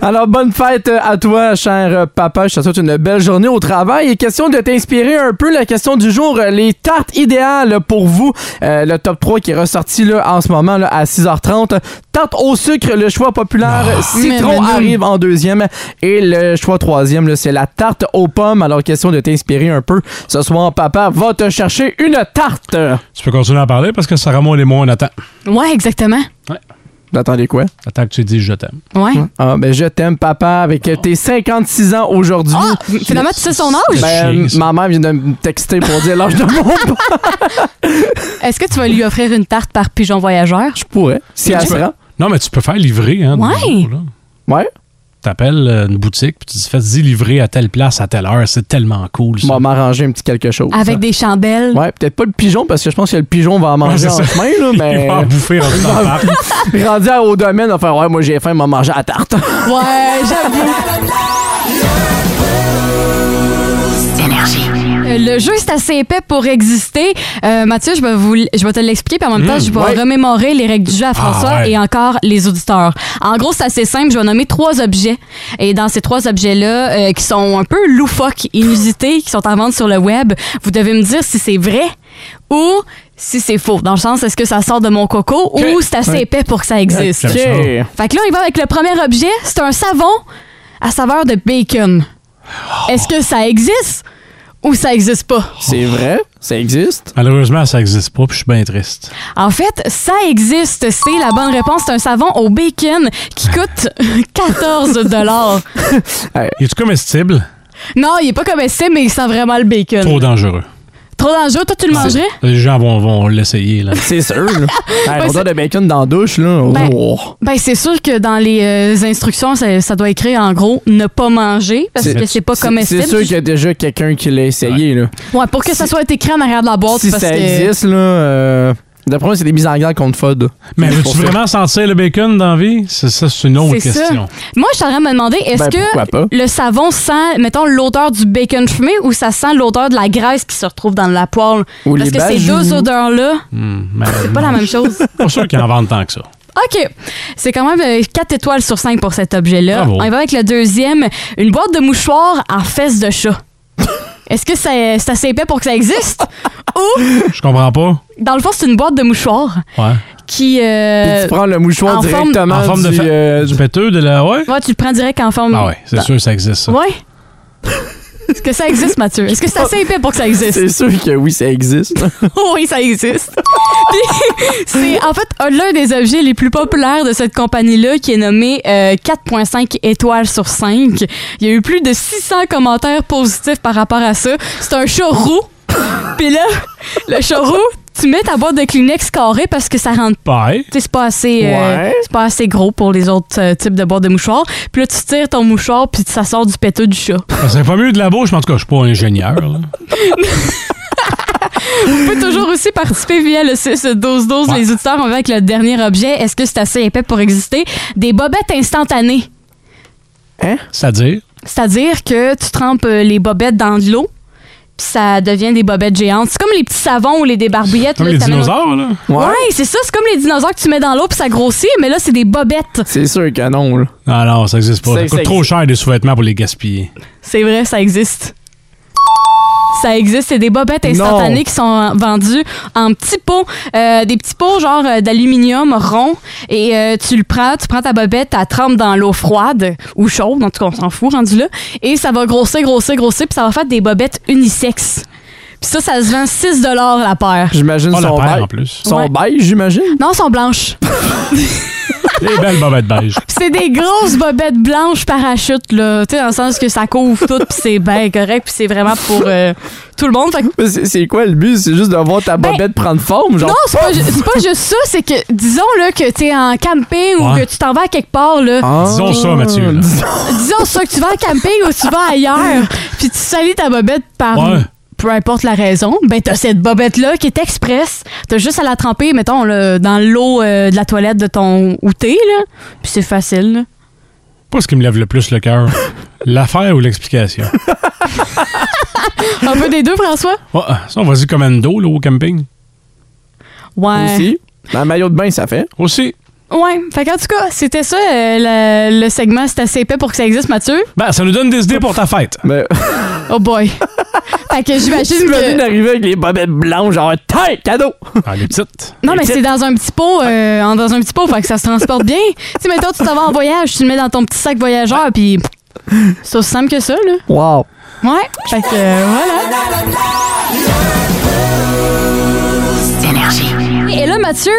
[SPEAKER 4] Alors, bonne fête à toi, cher euh, papa. Je te souhaite une belle journée au travail. Et question de t'inspirer un peu, la question du jour, euh, les tartes idéales pour vous. Euh, le top 3 qui est ressorti là, en ce moment là, à 6h30. Tarte au sucre, le choix populaire.
[SPEAKER 3] Ah. Mais,
[SPEAKER 4] Citron
[SPEAKER 3] mais,
[SPEAKER 4] arrive en deuxième. Et le choix troisième, là, c'est la tarte aux pommes. Alors, question de t'inspirer un peu. Ce soir, papa va te chercher une tarte.
[SPEAKER 5] Tu peux continuer à parler parce que Sarah, moi, les mots, on attend.
[SPEAKER 3] Ouais, exactement.
[SPEAKER 4] Vous attendez quoi?
[SPEAKER 5] Attends que tu dises je t'aime.
[SPEAKER 3] Ouais.
[SPEAKER 4] Ah, ben, je t'aime, papa, avec euh, tes 56 ans aujourd'hui.
[SPEAKER 3] Ah, finalement, tu sais son âge?
[SPEAKER 4] Ben,
[SPEAKER 5] Chien, ça.
[SPEAKER 4] ma mère vient de me texter pour dire l'âge de mon père.
[SPEAKER 3] Est-ce que tu vas lui offrir une tarte par pigeon voyageur?
[SPEAKER 4] Je pourrais, si elle
[SPEAKER 5] Tu
[SPEAKER 4] se
[SPEAKER 5] peux-
[SPEAKER 4] rend.
[SPEAKER 5] Non, mais tu peux faire livrer. Hein, de
[SPEAKER 3] Ouais.
[SPEAKER 5] nos jours, là.
[SPEAKER 4] Ouais.
[SPEAKER 5] T'appelles euh, une boutique puis tu te fais livrer à telle place, à telle heure. C'est tellement cool.
[SPEAKER 4] On
[SPEAKER 5] Ça.
[SPEAKER 4] va m'arranger un petit quelque chose.
[SPEAKER 3] Avec des chandelles?
[SPEAKER 4] Ouais, peut-être pas le pigeon, parce que je pense que le pigeon va en manger
[SPEAKER 5] Ouais,
[SPEAKER 4] en
[SPEAKER 5] c'est ça.
[SPEAKER 4] chemin, là,
[SPEAKER 5] [laughs] Il va en
[SPEAKER 4] mais. [laughs]
[SPEAKER 5] bouffer en tout temps. par-
[SPEAKER 4] Rendu à- au domaine, on va faire Ouais, moi j'ai faim, m'a mangé à tarte.
[SPEAKER 3] Ouais, j'avoue. Euh, Le jeu, c'est assez épais pour exister. Euh, Mathieu, je vais, vous, l- je vais te l'expliquer, puis en même temps, je vais
[SPEAKER 4] ouais.
[SPEAKER 3] remémorer les règles du jeu à François
[SPEAKER 5] ouais.
[SPEAKER 3] et encore les auditeurs. En gros, c'est assez simple. Je vais nommer trois objets. Et dans ces trois objets-là, euh, qui sont un peu loufoques, inusités, qui sont en vente sur le web, vous devez me dire si c'est vrai ou si c'est faux. Dans le sens, est-ce que ça sort de mon coco ou c'est assez épais pour que ça existe.
[SPEAKER 5] Ok.
[SPEAKER 4] Ok.
[SPEAKER 3] Fait que là, il va avec le premier objet. C'est un savon à saveur de bacon. Est-ce que ça existe ou ça existe pas?
[SPEAKER 4] C'est vrai, ça existe.
[SPEAKER 5] Malheureusement, ça n'existe pas puis je suis bien triste.
[SPEAKER 3] En fait, ça existe. C'est la bonne réponse. C'est un savon au bacon qui coûte [laughs] 14 dollars.
[SPEAKER 5] Es-tu comestible?
[SPEAKER 3] Non, il est pas comestible, mais il sent vraiment le bacon.
[SPEAKER 5] Trop dangereux.
[SPEAKER 3] Trop dangereux. Toi, tu le mangerais?
[SPEAKER 5] Les gens vont, vont l'essayer. là.
[SPEAKER 4] C'est sûr, là. [laughs] Hey,
[SPEAKER 3] Ouais,
[SPEAKER 4] on
[SPEAKER 3] c'est-
[SPEAKER 4] de bacon dans la douche, là.
[SPEAKER 3] Ben-
[SPEAKER 4] Oh.
[SPEAKER 3] Ben, c'est sûr que dans les euh, instructions, ça, ça doit écrire en gros ne pas manger parce
[SPEAKER 4] C'est-
[SPEAKER 3] que c'est pas
[SPEAKER 4] C'est-
[SPEAKER 3] comestible.
[SPEAKER 4] C'est sûr qu'il y a déjà quelqu'un qui l'a essayé, là.
[SPEAKER 3] Ouais, pour que ça soit écrit en arrière de la boîte.
[SPEAKER 4] si
[SPEAKER 3] parce
[SPEAKER 4] ça
[SPEAKER 3] que...
[SPEAKER 4] existe, là. euh, D'après moi, c'est des mises en garde contre FOD.
[SPEAKER 5] Mais
[SPEAKER 4] C'est
[SPEAKER 5] veux-tu
[SPEAKER 4] pour ça.
[SPEAKER 5] vraiment sentir le bacon dans la vie? C'est ça, c'est une autre
[SPEAKER 3] C'est ça.
[SPEAKER 5] question.
[SPEAKER 3] Moi, je suis en train de me demander, est-ce
[SPEAKER 4] Ben, pourquoi pas?
[SPEAKER 3] que le savon sent, mettons, l'odeur du bacon fumé ou ça sent l'odeur de la graisse qui se retrouve dans la poêle?
[SPEAKER 4] Ou
[SPEAKER 3] Parce
[SPEAKER 4] les
[SPEAKER 3] que ces
[SPEAKER 4] bajous.
[SPEAKER 3] deux odeurs-là,
[SPEAKER 5] Hmm, mais-
[SPEAKER 3] c'est pas la même chose.
[SPEAKER 5] Pas sûr qu'ils en vendent tant que ça.
[SPEAKER 3] OK. C'est quand même euh, quatre étoiles sur cinq pour cet objet-là.
[SPEAKER 5] Bravo.
[SPEAKER 3] On y va avec le deuxième. Une boîte de mouchoirs en fesses de
[SPEAKER 5] [laughs]
[SPEAKER 3] chat. Est-ce que c'est c'est assez épais pour que ça existe? [laughs] Ou,
[SPEAKER 5] Je comprends pas.
[SPEAKER 3] dans le fond, c'est une boîte de mouchoirs
[SPEAKER 5] Ouais.
[SPEAKER 3] qui...
[SPEAKER 4] Puis
[SPEAKER 3] Euh,
[SPEAKER 4] tu prends le mouchoir
[SPEAKER 3] en forme-
[SPEAKER 4] directement
[SPEAKER 5] en forme de
[SPEAKER 4] du,
[SPEAKER 5] fa-
[SPEAKER 4] euh,
[SPEAKER 5] [laughs]
[SPEAKER 4] Bah.
[SPEAKER 5] Du péteux de la. Ouais?
[SPEAKER 3] ouais, tu le prends direct en forme.
[SPEAKER 5] Ah ouais, c'est sûr, ça existe ça.
[SPEAKER 3] Mm. Ouais. [laughs] Est-ce que ça existe, Mathieu? Est-ce que c'est assez épais pour que ça existe?
[SPEAKER 4] C'est sûr que oui, ça existe.
[SPEAKER 3] [laughs] oui, ça existe. [laughs] Puis, c'est en fait un- l'un des objets les plus populaires de cette compagnie-là qui est nommé euh, 4.5 étoiles sur 5. Il y a eu plus de 600 commentaires positifs par rapport à ça. C'est un chat roux. [laughs] Puis là, le chat roux, tu mets ta boîte de Kleenex carrée parce que ça rentre
[SPEAKER 5] Bye.
[SPEAKER 3] tu sais, c'est pas assez euh,
[SPEAKER 4] Ouais.
[SPEAKER 3] c'est pas assez gros pour les autres euh, types de boîtes de mouchoirs. Puis là tu tires ton mouchoir puis ça sort du péteux du chat.
[SPEAKER 5] Ça serait Ah, pas mieux de la bouche, mais en tout cas, je suis pas un ingénieur. là.
[SPEAKER 3] peut toujours aussi participer via le 6-12-12.
[SPEAKER 5] Ouais.
[SPEAKER 3] Les auditeurs, on va avec le dernier objet. Est-ce que c'est assez épais pour exister? Des bobettes instantanées.
[SPEAKER 5] C'est-à-dire,
[SPEAKER 3] C'est-à-dire que tu trempes euh, les bobettes dans de l'eau, puis ça devient des bobettes géantes. C'est comme les petits savons ou les débarbouillettes.
[SPEAKER 5] comme
[SPEAKER 3] là,
[SPEAKER 5] les
[SPEAKER 3] que t'amènes au-
[SPEAKER 5] dinosaures, là.
[SPEAKER 3] Ouais, c'est ça. C'est comme les dinosaures que tu mets dans l'eau puis ça grossit, mais là, c'est des bobettes.
[SPEAKER 4] C'est sûr que non, là.
[SPEAKER 5] Non, Ah, non, ça existe pas.
[SPEAKER 4] Ça-
[SPEAKER 5] Ça
[SPEAKER 4] ça
[SPEAKER 5] coûte trop
[SPEAKER 4] existe.
[SPEAKER 5] cher des sous-vêtements pour les gaspiller.
[SPEAKER 3] C'est vrai, ça existe. Ça existe, c'est des bobettes instantanées qui sont vendues en petits pots, euh, des petits pots genre euh, d'aluminium rond et euh, tu le prends, tu prends ta bobette, tu la trempes dans l'eau froide ou chaude, en tout cas on s'en fout rendu là et ça va grossir, grossir, grossir puis ça va faire des bobettes unisexes. Puis ça ça se vend 6 dollars la paire.
[SPEAKER 4] J'imagine
[SPEAKER 5] Pas la
[SPEAKER 4] son
[SPEAKER 5] paire,
[SPEAKER 4] bail.
[SPEAKER 5] en plus.
[SPEAKER 4] Son
[SPEAKER 3] Ouais.
[SPEAKER 4] beige, j'imagine.
[SPEAKER 3] Non, elles sont blanches.
[SPEAKER 5] Les belles
[SPEAKER 4] [laughs]
[SPEAKER 5] bobettes beige.
[SPEAKER 3] Puis c'est des grosses bobettes blanches parachutes, là. Tu sais, dans le sens que ça couvre tout, puis c'est bien correct, puis c'est vraiment pour euh, tout le monde. Fait que-
[SPEAKER 4] Mais c'est- C'est quoi le but? C'est juste de voir ta
[SPEAKER 3] Ben,
[SPEAKER 4] bobette prendre forme, genre.
[SPEAKER 3] non, c'est pas, ju- c'est pas juste ça, c'est que, disons, là, que t'es en camping ou
[SPEAKER 5] Ouais.
[SPEAKER 3] que tu t'en vas à quelque part, là.
[SPEAKER 4] Ah.
[SPEAKER 5] Disons ça, Mathieu. là.
[SPEAKER 3] Disons ça, que tu vas en camping ou tu vas ailleurs, puis tu salis ta bobette par.
[SPEAKER 5] Ouais.
[SPEAKER 3] Peu importe la raison, ben t'as cette bobette-là qui est express. T'as juste à la tremper, mettons, là, dans l'eau euh, de la toilette de ton ou thé, là. Puis c'est facile, là.
[SPEAKER 5] Pas ce qui me lève le plus le cœur. L'affaire ou l'explication?
[SPEAKER 3] Un peu des deux, François?
[SPEAKER 5] Ouais, Ah, ça, on va dire commando là, au camping.
[SPEAKER 3] Ouais.
[SPEAKER 4] Aussi. Un maillot de bain, ça fait.
[SPEAKER 5] Aussi.
[SPEAKER 3] Ouais, fait qu'en tout cas, c'était ça euh, le, le segment, c'est assez épais pour que ça existe, Mathieu.
[SPEAKER 5] Ben, ça nous donne des idées pour
[SPEAKER 4] [laughs]
[SPEAKER 5] ta fête.
[SPEAKER 4] Mais
[SPEAKER 3] Oh boy. fait que
[SPEAKER 4] [laughs]
[SPEAKER 3] j'imagine
[SPEAKER 4] t'imagines
[SPEAKER 3] que...
[SPEAKER 4] d'arriver avec les bobettes blanches, genre, tête, cadeau!
[SPEAKER 5] Ah, les petites.
[SPEAKER 3] Non, mais
[SPEAKER 4] petites-
[SPEAKER 3] c'est dans un petit pot, euh, en- dans un petit pot, fait que ça se transporte bien. tu sais, mettons, tu t'en vas en voyage, tu le mets dans ton petit sac voyageur, puis c'est aussi simple que ça, là.
[SPEAKER 4] Wow!
[SPEAKER 3] Ouais, fait que euh, voilà. Et là, Mathieu,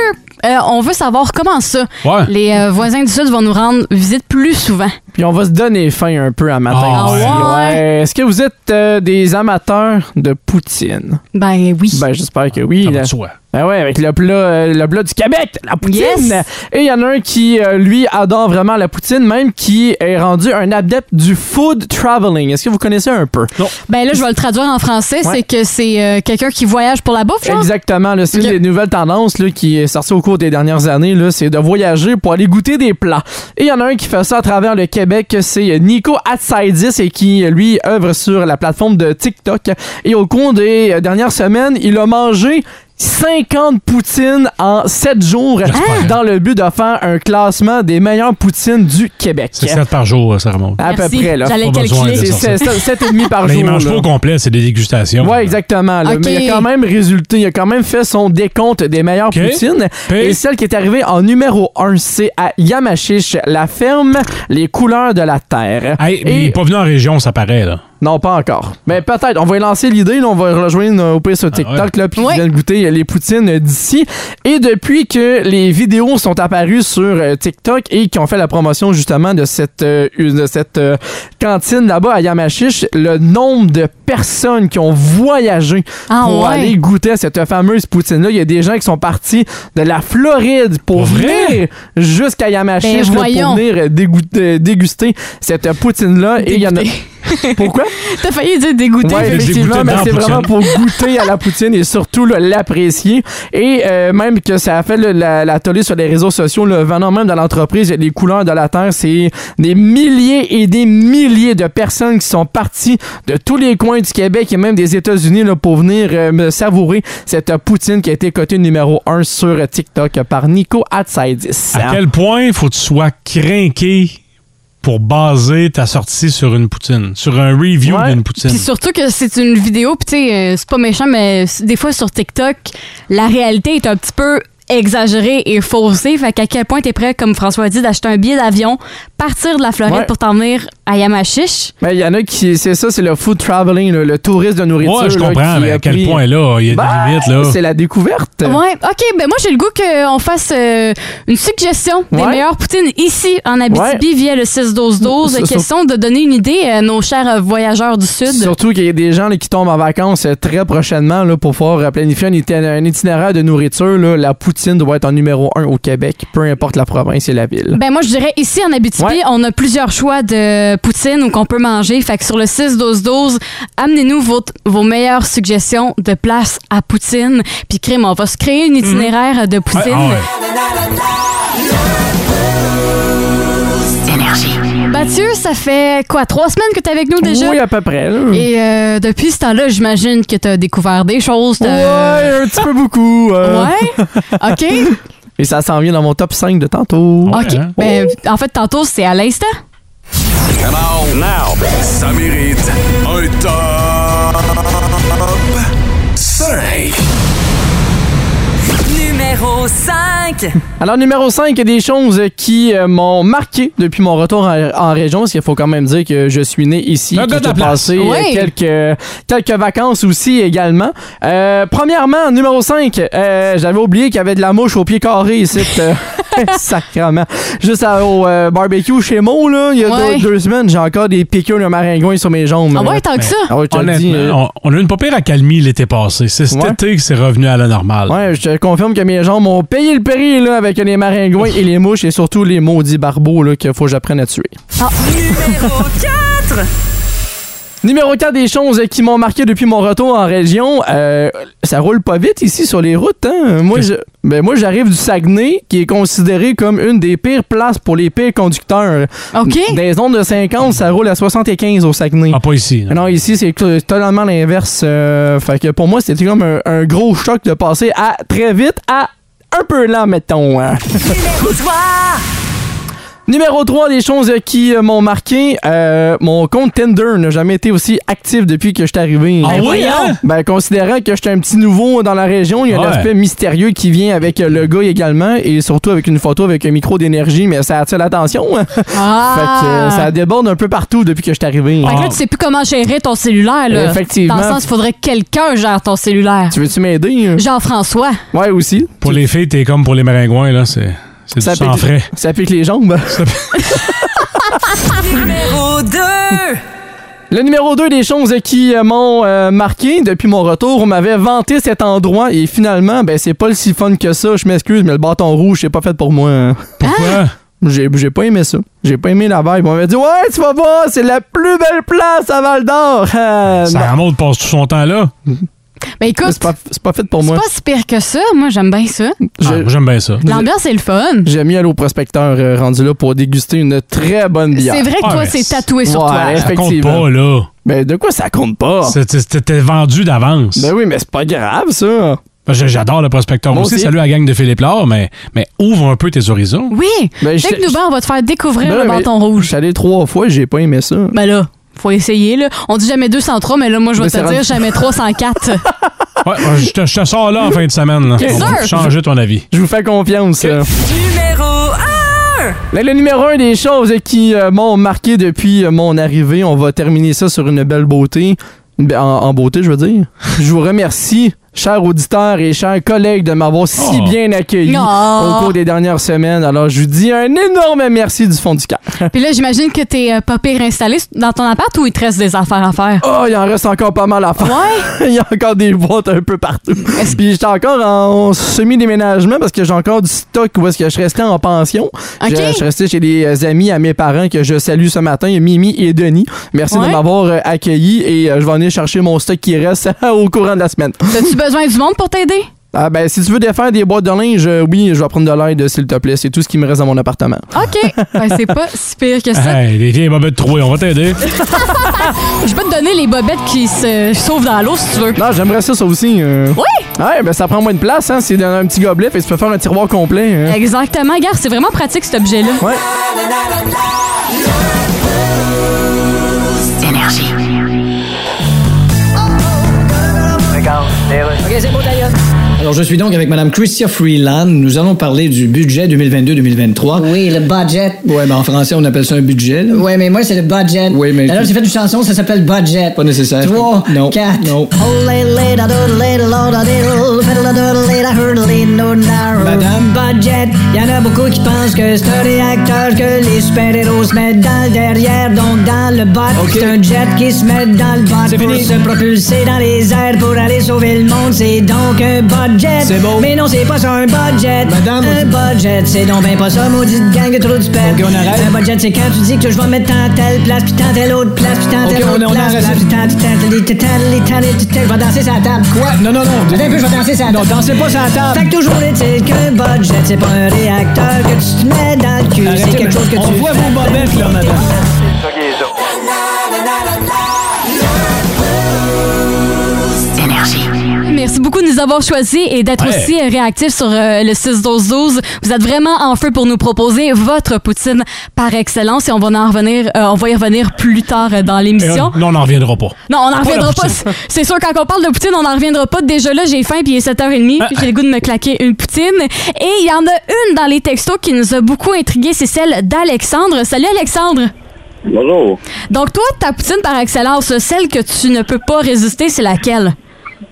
[SPEAKER 3] euh, on veut savoir comment ça.
[SPEAKER 5] Ouais.
[SPEAKER 3] Les euh, voisins du Sud vont nous rendre visite plus souvent.
[SPEAKER 4] Puis on va se donner faim un peu à matin.
[SPEAKER 5] Ah
[SPEAKER 4] aussi.
[SPEAKER 3] ouais?
[SPEAKER 4] Ouais. Est-ce que vous êtes euh, des amateurs de poutine?
[SPEAKER 3] Ben oui.
[SPEAKER 4] Ben, j'espère que oui.
[SPEAKER 5] Ça va
[SPEAKER 4] là.
[SPEAKER 5] de soi.
[SPEAKER 4] Ben ouais, avec le plat, euh, le plat du Québec, la poutine.
[SPEAKER 3] Yes.
[SPEAKER 4] Et il y en a un qui, euh, lui, adore vraiment la poutine, même qui est rendu un adepte du food traveling. Est-ce que vous connaissez un peu? Non.
[SPEAKER 3] Ben là, je vais le traduire en français,
[SPEAKER 4] Ouais.
[SPEAKER 3] c'est que c'est euh, quelqu'un qui voyage pour la bouffe, genre?
[SPEAKER 4] Exactement. là, C'est
[SPEAKER 3] Ok.
[SPEAKER 4] une des nouvelles tendances là, qui est sortie au cours des dernières années. là, C'est de voyager pour aller goûter des plats. Et il y en a un qui fait ça à travers le Québec. C'est Nico Atsaidis et qui, lui, œuvre sur la plateforme de TikTok. Et au cours des euh, dernières semaines, il a mangé 50 poutines en 7 jours
[SPEAKER 5] J'espère.
[SPEAKER 4] dans le but de faire un classement des meilleures poutines du Québec.
[SPEAKER 5] C'est 7 par jour, ça remonte.
[SPEAKER 4] À peu
[SPEAKER 3] Merci.
[SPEAKER 4] près, là.
[SPEAKER 3] J'allais
[SPEAKER 5] Pas besoin
[SPEAKER 3] calculer.
[SPEAKER 5] de
[SPEAKER 4] C'est
[SPEAKER 5] ça.
[SPEAKER 4] 7,5 par
[SPEAKER 5] Mais
[SPEAKER 4] jour.
[SPEAKER 5] ils mangent
[SPEAKER 4] là.
[SPEAKER 5] pas au complet, c'est des dégustations.
[SPEAKER 4] Ouais, exactement. là.
[SPEAKER 3] Ok.
[SPEAKER 4] Mais il a quand même résulté, il a quand même fait son décompte des meilleures
[SPEAKER 5] Ok.
[SPEAKER 4] poutines.
[SPEAKER 5] Puis-
[SPEAKER 4] Et celle qui est arrivée en numéro 1, c'est à Yamachiche, la ferme, les couleurs de la terre.
[SPEAKER 5] Hey, mais il
[SPEAKER 4] Et-
[SPEAKER 5] est pas venu en région, ça paraît, là.
[SPEAKER 4] Non, pas encore. Mais peut-être. On va y lancer l'idée. là. On va rejoindre euh, au pire sur TikTok,
[SPEAKER 5] Ah ouais.
[SPEAKER 4] là, puis
[SPEAKER 3] Ouais.
[SPEAKER 4] qui viennent goûter euh, les poutines euh, d'ici. Et depuis que les vidéos sont apparues sur euh, TikTok et qui ont fait la promotion, justement, de cette, euh, une- de cette euh, cantine là-bas à Yamachiche, le nombre de personnes qui ont voyagé
[SPEAKER 3] Ah,
[SPEAKER 4] pour
[SPEAKER 3] ouais.
[SPEAKER 4] aller goûter à cette fameuse poutine-là. Il y a des gens qui sont partis de la Floride pour
[SPEAKER 5] Pour vrai?
[SPEAKER 4] venir jusqu'à
[SPEAKER 3] Ben,
[SPEAKER 4] Yamachiche là,
[SPEAKER 3] voyons.
[SPEAKER 4] pour venir euh, dégoûter- euh, déguster cette euh, poutine-là. Et il y en a... [laughs] Pourquoi?
[SPEAKER 3] T'as failli dire dégoûté.
[SPEAKER 4] Ouais,
[SPEAKER 5] J'ai
[SPEAKER 4] effectivement,
[SPEAKER 5] goûté
[SPEAKER 4] mais
[SPEAKER 5] dans
[SPEAKER 4] c'est
[SPEAKER 5] la
[SPEAKER 4] vraiment pour goûter à la poutine et surtout là, l'apprécier. Et euh, même que ça a fait là, la, la tollée sur les réseaux sociaux, le venant même de l'entreprise, les couleurs de la terre, c'est des milliers et des milliers de personnes qui sont parties de tous les coins du Québec et même des États-Unis là, pour venir euh, me savourer cette euh, poutine qui a été cotée numéro 1 sur euh, TikTok par Nico Atsaidis.
[SPEAKER 5] À quel point faut que tu sois craqué pour baser ta sortie sur une poutine, sur un review
[SPEAKER 4] Ouais.
[SPEAKER 5] d'une poutine?
[SPEAKER 3] Puis surtout que c'est une vidéo, puis tu sais, euh, c'est pas méchant, mais c- des fois sur TikTok, la réalité est un petit peu exagérée et faussée. Fait qu'à quel point t'es prêt, comme François a dit, d'acheter un billet d'avion, partir de la Floride
[SPEAKER 4] Ouais.
[SPEAKER 3] pour t'en venir à Yamachiche.
[SPEAKER 4] Mais il y en a qui, c'est ça, c'est le food traveling, là, le tourisme de nourriture.
[SPEAKER 5] Ouais, je
[SPEAKER 4] là,
[SPEAKER 5] comprends,
[SPEAKER 4] qui
[SPEAKER 5] mais
[SPEAKER 4] a
[SPEAKER 5] à quel
[SPEAKER 4] pris-
[SPEAKER 5] point là, il y a
[SPEAKER 4] Bah,
[SPEAKER 5] des limites là.
[SPEAKER 4] C'est la découverte.
[SPEAKER 3] Ouais, ok, ben moi j'ai le goût qu'on fasse euh, une suggestion des
[SPEAKER 4] Ouais.
[SPEAKER 3] meilleures poutines ici en Abitibi via le 6-12-12.
[SPEAKER 4] Sur- sur-
[SPEAKER 3] Question de donner une idée à nos chers euh, voyageurs du Sud.
[SPEAKER 4] Surtout qu'il y a des gens là, qui tombent en vacances euh, très prochainement là, pour pouvoir euh, planifier un, iti- un itinéraire de nourriture. là. la poutine doit être en numéro un au Québec, peu importe la province et la ville.
[SPEAKER 3] Ben moi je dirais ici en Abitibi,
[SPEAKER 4] Ouais.
[SPEAKER 3] on a plusieurs choix de poutine ou qu'on peut manger. Fait que sur le 6 12 12, amenez-nous vos, vos meilleures suggestions de places à poutine. Puis crime, on va se créer
[SPEAKER 4] Mhm.
[SPEAKER 3] un itinéraire de
[SPEAKER 5] Ouais,
[SPEAKER 3] poutine.
[SPEAKER 5] ah ouais.
[SPEAKER 3] Mathieu, ça fait quoi trois semaines que t'es avec nous Ben, déjà
[SPEAKER 4] Oui, euh, à peu près. là.
[SPEAKER 3] Et euh, depuis ce temps-là, j'imagine que t'as découvert des choses.
[SPEAKER 4] Ouais,
[SPEAKER 3] t'as-
[SPEAKER 4] un petit peu beaucoup.
[SPEAKER 3] euh,
[SPEAKER 4] euh.
[SPEAKER 3] Ouais.
[SPEAKER 4] [laughs]
[SPEAKER 3] Ok.
[SPEAKER 4] Et ça s'en vient dans mon top 5 de tantôt.
[SPEAKER 5] Ouais,
[SPEAKER 3] Ok.
[SPEAKER 5] hein?
[SPEAKER 3] Ben, en fait, tantôt c'est à l'instant.
[SPEAKER 9] Come on! Now! Ça mérite un top 5!
[SPEAKER 8] Numéro 5.
[SPEAKER 4] Alors, numéro 5, des choses qui euh, m'ont marqué depuis mon retour en, en région, parce qu'il faut quand même dire que je suis né ici.
[SPEAKER 5] Un
[SPEAKER 4] que
[SPEAKER 5] gars de
[SPEAKER 4] j'ai
[SPEAKER 5] la place.
[SPEAKER 4] passé euh,
[SPEAKER 3] Ouais.
[SPEAKER 4] quelques, quelques vacances aussi également. Euh, premièrement, numéro 5, j'avais oublié qu'il y avait de la mouche au pied carré ici.
[SPEAKER 3] [laughs]
[SPEAKER 4] euh, [laughs] Sacrement. Juste à- au euh, barbecue chez Mo, là, il y a
[SPEAKER 3] Ouais.
[SPEAKER 4] deux, deux semaines, j'ai encore des piqûres de maringouin sur mes jambes.
[SPEAKER 3] Ah
[SPEAKER 4] là.
[SPEAKER 3] ouais, tant que ça.
[SPEAKER 4] Ah ouais, je te le dis, euh,
[SPEAKER 5] Honnêtement, on, on a eu une pas pire accalmie l'été passé. C'est cet
[SPEAKER 4] Ouais.
[SPEAKER 5] été que c'est revenu à la normale.
[SPEAKER 4] Ouais, je te confirme que mes jambes ont payé le prix là, avec les maringouins et les mouches et surtout les maudits barbeaux là, qu'il faut que j'apprenne à tuer.
[SPEAKER 8] Numéro 4.
[SPEAKER 4] Numéro 4 des choses qui m'ont marqué depuis mon retour en région, euh, ça roule pas vite ici sur les routes. Hein? Moi, je- ben, moi, j'arrive du Saguenay, qui est considéré comme une des pires places pour les pires conducteurs.
[SPEAKER 3] OK.
[SPEAKER 4] Dans les zones de 50, ça roule à 75 au Saguenay.
[SPEAKER 5] Ah, pas ici. non.
[SPEAKER 4] Mais Non, ici, c'est cl- totalement l'inverse. euh, fait que pour moi, c'était comme un, un gros choc de passer à très vite à un peu lent, mettons. hein.
[SPEAKER 8] Numéro 3.
[SPEAKER 4] Numéro 3 des choses euh, qui euh, m'ont marqué, euh, mon compte Tinder n'a jamais été aussi actif depuis que je suis arrivé.
[SPEAKER 5] Ah
[SPEAKER 4] Ben,
[SPEAKER 5] oui, hein?
[SPEAKER 4] Ben, considérant que j'étais un petit nouveau dans la région, il y a
[SPEAKER 5] Ouais.
[SPEAKER 4] un aspect mystérieux qui vient avec euh, le gars également et surtout avec une photo avec un micro d'énergie, mais ça attire l'attention. hein. fait que euh, ça
[SPEAKER 3] Ah.
[SPEAKER 4] déborde un peu partout depuis que je suis arrivé.
[SPEAKER 5] Ah,
[SPEAKER 3] Fait que là, tu sais plus comment gérer ton cellulaire. Là.
[SPEAKER 4] Ah. Effectivement.
[SPEAKER 3] Dans le sens, il faudrait que quelqu'un gère ton cellulaire.
[SPEAKER 4] Tu veux-tu m'aider? hein?
[SPEAKER 3] Jean-François. Ben,
[SPEAKER 4] Ouais, aussi.
[SPEAKER 5] Pour les filles, t'es comme pour les maringouins, là. C'est c'est du sang frais.
[SPEAKER 4] ça pique les jambes. hein?
[SPEAKER 8] Numéro 2.
[SPEAKER 4] Le numéro 2 des choses qui euh, m'ont euh, marqué depuis mon retour, on m'avait vanté cet endroit et finalement, ben c'est pas le si fun que ça, je m'excuse, mais le bâton rouge, c'est pas fait pour moi. hein.
[SPEAKER 5] Pourquoi?
[SPEAKER 4] J'ai j'ai pas aimé ça. J'ai pas aimé la vibe. On m'avait dit Ouais, tu vas voir, c'est la plus belle place à Val d'Or. [laughs] Euh,
[SPEAKER 5] Ça en mode passe tout son temps là.
[SPEAKER 3] Ben
[SPEAKER 4] non,
[SPEAKER 3] écoute,
[SPEAKER 4] c'est
[SPEAKER 3] c'est pas,
[SPEAKER 4] pas, c'est pas fait pour moi.
[SPEAKER 3] si pire que ça. Moi, j'aime bien ça.
[SPEAKER 5] Ah,
[SPEAKER 4] Je-
[SPEAKER 5] J'aime bien ça.
[SPEAKER 3] L'ambiance est le fun.
[SPEAKER 4] J'ai mis aller au prospecteur euh, rendu là pour déguster une très bonne bière.
[SPEAKER 3] C'est vrai que
[SPEAKER 5] Ah,
[SPEAKER 3] toi,
[SPEAKER 5] mais
[SPEAKER 3] c'est
[SPEAKER 5] c'est-
[SPEAKER 3] tatoué sur
[SPEAKER 4] Ouais.
[SPEAKER 3] toi.
[SPEAKER 5] Ça compte
[SPEAKER 4] effectivement.
[SPEAKER 5] pas, là.
[SPEAKER 4] Mais Ben, de quoi ça compte pas?
[SPEAKER 5] C'était- C'était vendu d'avance.
[SPEAKER 4] Ben oui, mais c'est pas grave ça.
[SPEAKER 5] Ben, je- J'adore le prospecteur. Moi
[SPEAKER 4] Moi
[SPEAKER 5] aussi,
[SPEAKER 4] aussi.
[SPEAKER 5] salut à la gang de Philippe Laure, mais, mais ouvre un peu
[SPEAKER 3] [laughs]
[SPEAKER 5] tes horizons.
[SPEAKER 3] Oui.
[SPEAKER 4] Ben,
[SPEAKER 3] Dès
[SPEAKER 4] je-
[SPEAKER 3] que nous, ben, on va te faire découvrir
[SPEAKER 4] Ben
[SPEAKER 3] le
[SPEAKER 4] oui, mais-
[SPEAKER 3] bâton
[SPEAKER 4] Je
[SPEAKER 3] rouge.
[SPEAKER 4] suis allé trois fois, j'ai pas aimé ça.
[SPEAKER 3] Ben là, faut essayer. Là. On dit jamais 203, mais là, moi, je vais
[SPEAKER 4] Mais
[SPEAKER 3] te
[SPEAKER 4] c'est
[SPEAKER 3] dire
[SPEAKER 4] rendu-
[SPEAKER 3] jamais
[SPEAKER 4] [laughs]
[SPEAKER 3] 304.
[SPEAKER 5] Ouais, ouais, je, te, je te sors là en fin de semaine. Là. On va
[SPEAKER 3] sûr.
[SPEAKER 5] changer ton avis.
[SPEAKER 4] Je vous fais confiance. là.
[SPEAKER 8] Numéro 1.
[SPEAKER 4] Là, le numéro un des choses qui euh, m'ont marqué depuis euh, mon arrivée, on va terminer ça sur une belle beauté. Ben, en, en beauté, je veux dire. Je vous remercie, chers auditeurs et chers collègues, de m'avoir si
[SPEAKER 5] Oh.
[SPEAKER 4] bien accueilli
[SPEAKER 3] Oh.
[SPEAKER 4] au cours des dernières semaines. Alors, je vous dis un énorme merci du fond du cœur.
[SPEAKER 3] Puis là, j'imagine que t'es euh, pas pire installé dans ton appart ou il te reste des affaires à faire?
[SPEAKER 4] Oh, il en reste encore pas mal à faire. [laughs] il y a encore des boîtes un peu partout. Puis j'étais encore en semi-déménagement parce que j'ai encore du stock où est-ce que je restais en pension.
[SPEAKER 3] Ok.
[SPEAKER 4] Je, je restais chez des euh, amis à mes parents que je salue ce matin, Mimi et Denis. Merci
[SPEAKER 3] Ouais.
[SPEAKER 4] de m'avoir euh, accueilli et euh, je vais venir chercher mon stock qui reste [laughs] au courant de la semaine.
[SPEAKER 3] T'as-tu besoin du monde pour t'aider?
[SPEAKER 4] Ah ben si tu veux défaire des boîtes de linge, euh, oui, je vais prendre de l'aide s'il te plaît. C'est tout ce qui me reste dans mon appartement.
[SPEAKER 3] OK. Ben, c'est pas si pire que ça.
[SPEAKER 5] Hey, les vieilles bobettes trouées, on va t'aider.
[SPEAKER 3] Je peux te donner les bobettes qui se sauvent dans l'eau si tu veux.
[SPEAKER 4] Non, j'aimerais ça, ça aussi. euh.
[SPEAKER 3] Oui!
[SPEAKER 4] Ouais, ben ça prend moins de place, hein. C'est dans un petit gobelet, fait que tu peux faire un tiroir complet. hein.
[SPEAKER 3] Exactement. Regarde, c'est vraiment pratique cet objet-là.
[SPEAKER 4] Ouais.
[SPEAKER 2] Alors, je suis donc avec Madame Christia Freeland. Nous allons parler du budget 2022-2023.
[SPEAKER 7] Oui, le budget.
[SPEAKER 2] Ouais, mais en français, on appelle ça un budget. là.
[SPEAKER 7] Oui, mais moi, c'est le budget.
[SPEAKER 2] Oui, mais-
[SPEAKER 7] Alors, j'ai fait une chanson, ça s'appelle Budget.
[SPEAKER 2] Pas nécessaire.
[SPEAKER 7] 3,
[SPEAKER 2] Non.
[SPEAKER 7] 4.
[SPEAKER 2] Non. Madame?
[SPEAKER 7] Budget. Il y en a beaucoup qui pensent que c'est un réacteur que les super-héros se mettent dans le derrière, donc dans le bot.
[SPEAKER 2] Ok.
[SPEAKER 7] C'est un jet qui se met dans le bot
[SPEAKER 2] C'est
[SPEAKER 7] pour
[SPEAKER 2] fini.
[SPEAKER 7] se propulser dans les airs pour aller sauver le monde. C'est donc un budget.
[SPEAKER 2] C'est bon.
[SPEAKER 7] Mais non, c'est pas ça un budget.
[SPEAKER 2] Madame,
[SPEAKER 7] Un budget, c'est donc ben pas ça, maudite gang de trous de pète.
[SPEAKER 2] Ok, on arrête.
[SPEAKER 7] Un budget, c'est quand tu dis que je vais mettre tant telle place, puis tant telle autre place, puis tant
[SPEAKER 2] Ok,
[SPEAKER 7] telle
[SPEAKER 2] on-
[SPEAKER 7] autre
[SPEAKER 2] on
[SPEAKER 7] place,
[SPEAKER 2] arrête ça.
[SPEAKER 7] puis tant telle, telle, telle, telle, telle, telle. Je vais danser sur la table. Quoi?
[SPEAKER 2] Non, non, non.
[SPEAKER 7] Attends un peu, je vais danser sur la
[SPEAKER 2] Non,
[SPEAKER 7] table.
[SPEAKER 2] dansez pas sur la table.
[SPEAKER 7] Fait que toujours est-il qu'un budget, c'est pas un réacteur que tu te mets dans le cul. C'est
[SPEAKER 2] Arrêtez,
[SPEAKER 7] quelque chose que
[SPEAKER 2] on
[SPEAKER 7] tu
[SPEAKER 2] voit vos bobettes, là, madame.
[SPEAKER 3] Mais Merci beaucoup de nous avoir choisis et d'être
[SPEAKER 11] Ouais.
[SPEAKER 3] aussi euh, réactifs sur euh, le 6-12-12. Vous êtes vraiment en feu pour nous proposer votre poutine par excellence et on va, en revenir, euh, on va y revenir plus tard euh, dans l'émission.
[SPEAKER 5] non, on n'en reviendra pas.
[SPEAKER 3] Non, on n'en
[SPEAKER 5] la
[SPEAKER 3] reviendra pas.
[SPEAKER 5] poutine.
[SPEAKER 3] C'est sûr, quand on parle de poutine, on n'en reviendra pas. Déjà là, j'ai faim, puis il est 7h30, puis j'ai le goût de me claquer une poutine. Et il y en a une dans les textos qui nous a beaucoup intrigués, c'est celle d'Alexandre. Salut Alexandre!
[SPEAKER 12] Bonjour.
[SPEAKER 3] Donc toi, ta poutine par excellence, celle que tu ne peux pas résister, c'est laquelle?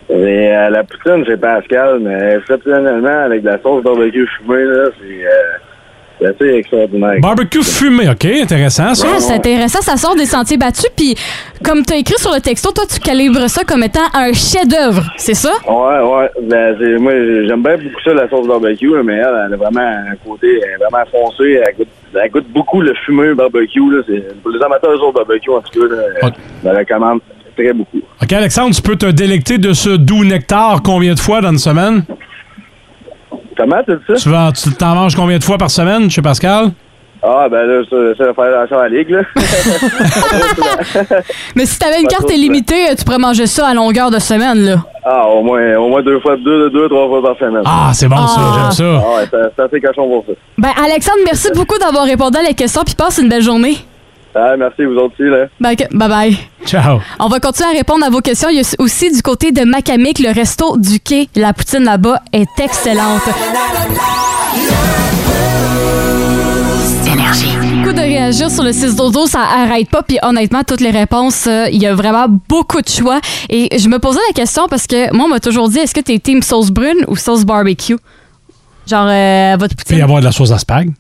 [SPEAKER 12] Et, euh, la poutine chez Pascal, mais exceptionnellement, avec de la sauce barbecue fumée, là, c'est, euh, c'est assez extraordinaire.
[SPEAKER 5] Barbecue fumé, OK, intéressant ça.
[SPEAKER 3] Ouais, c'est intéressant, ça sort des sentiers battus, puis comme tu as écrit sur le texto, toi, tu calibres ça comme étant un chef-d'œuvre, c'est ça?
[SPEAKER 12] Ouais, ouais. Ben, c'est- moi, j'aime bien beaucoup ça, la sauce barbecue, là, mais elle, elle a vraiment un côté elle est vraiment foncé. Elle goûte, elle goûte beaucoup le fumé barbecue. Là, c'est, pour les amateurs de sauce barbecue, en tout cas, là, je la recommande très beaucoup.
[SPEAKER 5] OK, Alexandre, tu peux te délecter de ce doux nectar combien de fois dans une semaine?
[SPEAKER 12] Comment tu dis ça?
[SPEAKER 5] Tu vas- tu t'en manges combien de fois par semaine chez Pascal?
[SPEAKER 12] Ah, ben là, ça, ça va faire attention à la ligue,
[SPEAKER 5] [laughs]
[SPEAKER 12] là.
[SPEAKER 3] Mais si tu avais une
[SPEAKER 12] Pas
[SPEAKER 3] carte
[SPEAKER 12] trop,
[SPEAKER 3] illimitée, tu pourrais manger ça à longueur de semaine, là.
[SPEAKER 12] Ah, au moins, au moins deux fois, deux, deux, trois fois par semaine.
[SPEAKER 5] Ah, c'est bon,
[SPEAKER 3] ça, Ah. j'aime ça.
[SPEAKER 12] Ah, ouais, c'est- c'est assez cochon pour ça.
[SPEAKER 3] Ben, Alexandre, merci beaucoup d'avoir répondu à la question, puis passe une belle journée.
[SPEAKER 12] Ah, merci, vous autres aussi, là.
[SPEAKER 3] Ben, que- bye bye.
[SPEAKER 5] Ciao.
[SPEAKER 3] On va continuer à répondre à vos questions. Il y a aussi du côté de Macamic, le resto du quai. La poutine là-bas est excellente. Beaucoup de réagir sur le 6 dodo, ça arrête pas. Puis honnêtement, toutes les réponses, euh, il y a vraiment beaucoup de choix. Et je me posais la question parce que moi, on m'a toujours dit est-ce que t'es team sauce brune ou sauce barbecue Genre, euh, votre
[SPEAKER 5] Il peut y
[SPEAKER 3] poutine.
[SPEAKER 5] avoir de la sauce à spag.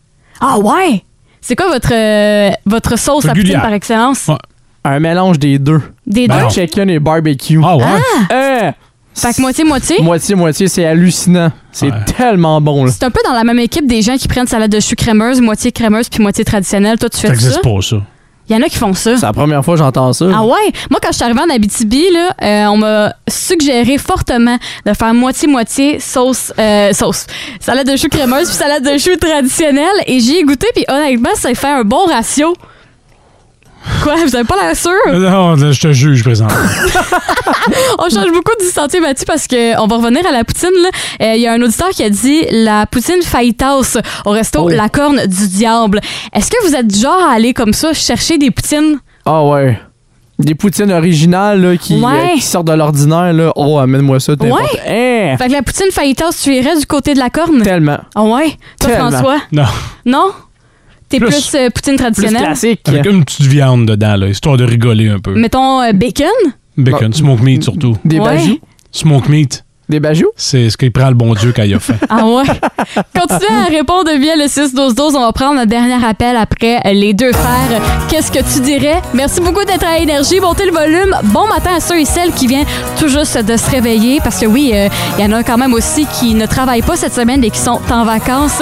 [SPEAKER 3] Ah ouais C'est quoi votre, euh, votre sauce à poutine
[SPEAKER 4] Régulière. Ben
[SPEAKER 3] par excellence
[SPEAKER 4] Un mélange des deux.
[SPEAKER 3] Des deux?
[SPEAKER 4] Chicken et barbecue. Ah
[SPEAKER 5] ouais?
[SPEAKER 3] Euh, Fait que moitié-moitié
[SPEAKER 4] Moitié-moitié, c'est hallucinant. C'est tellement bon, là.
[SPEAKER 3] C'est un peu dans la même équipe des gens qui prennent salade de choux crémeuse, moitié crémeuse puis moitié traditionnelle. Toi, tu fais ça?
[SPEAKER 4] pas, ça.
[SPEAKER 3] Il y en a qui font ça.
[SPEAKER 4] C'est la première fois que j'entends ça.
[SPEAKER 3] Ah ouais? Moi, quand je suis arrivée en Abitibi, là, euh, on m'a suggéré fortement de faire moitié-moitié sauce, euh, sauce. Salade de choux crémeuse puis salade de choux traditionnelle. Et j'y ai goûté, puis honnêtement, ça fait un bon ratio. Quoi? Vous avez pas l'air sûr?
[SPEAKER 5] Euh, Non, je te juge, présent.
[SPEAKER 3] on change beaucoup du sentier battu parce que on va revenir à la poutine. là. Euh, Il y a un auditeur qui a dit la poutine fajitas au resto La Corne du Diable. Est-ce que vous êtes du genre à aller comme ça chercher des poutines?
[SPEAKER 4] Ah ouais. Des poutines originales là, qui,
[SPEAKER 3] Ouais.
[SPEAKER 4] euh, qui sortent de l'ordinaire. là. Oh, amène-moi ça. t'es
[SPEAKER 3] Ouais.
[SPEAKER 4] n'importe- Hein?
[SPEAKER 3] Fait que la poutine fajitas, tu irais du côté de la Corne?
[SPEAKER 4] Tellement.
[SPEAKER 3] Ah ouais? Toi,
[SPEAKER 4] Tellement.
[SPEAKER 3] François?
[SPEAKER 5] Non.
[SPEAKER 3] Non? T'es plus,
[SPEAKER 5] Plus-
[SPEAKER 3] euh, poutine traditionnelle?
[SPEAKER 5] Avec une petite viande dedans, là, histoire de rigoler un peu.
[SPEAKER 3] Mettons euh, bacon?
[SPEAKER 5] Bacon,
[SPEAKER 4] Bah,
[SPEAKER 5] smoke
[SPEAKER 4] mm,
[SPEAKER 5] meat surtout.
[SPEAKER 3] Des Ouais. bajous?
[SPEAKER 5] Smoke meat.
[SPEAKER 4] Des bajous?
[SPEAKER 5] C'est ce qu'il prend le bon Dieu quand il
[SPEAKER 4] [laughs]
[SPEAKER 5] a faim.
[SPEAKER 3] Ah ouais? Continuez à répondre via le 6-12-12. On va prendre un dernier appel après euh, les deux frères. Qu'est-ce que tu dirais? Merci beaucoup d'être à Énergie. Montez le volume. Bon matin à ceux et celles qui viennent tout juste de se réveiller. Parce que oui, euh, il y en a quand même aussi qui ne travaillent pas cette semaine et qui sont en vacances.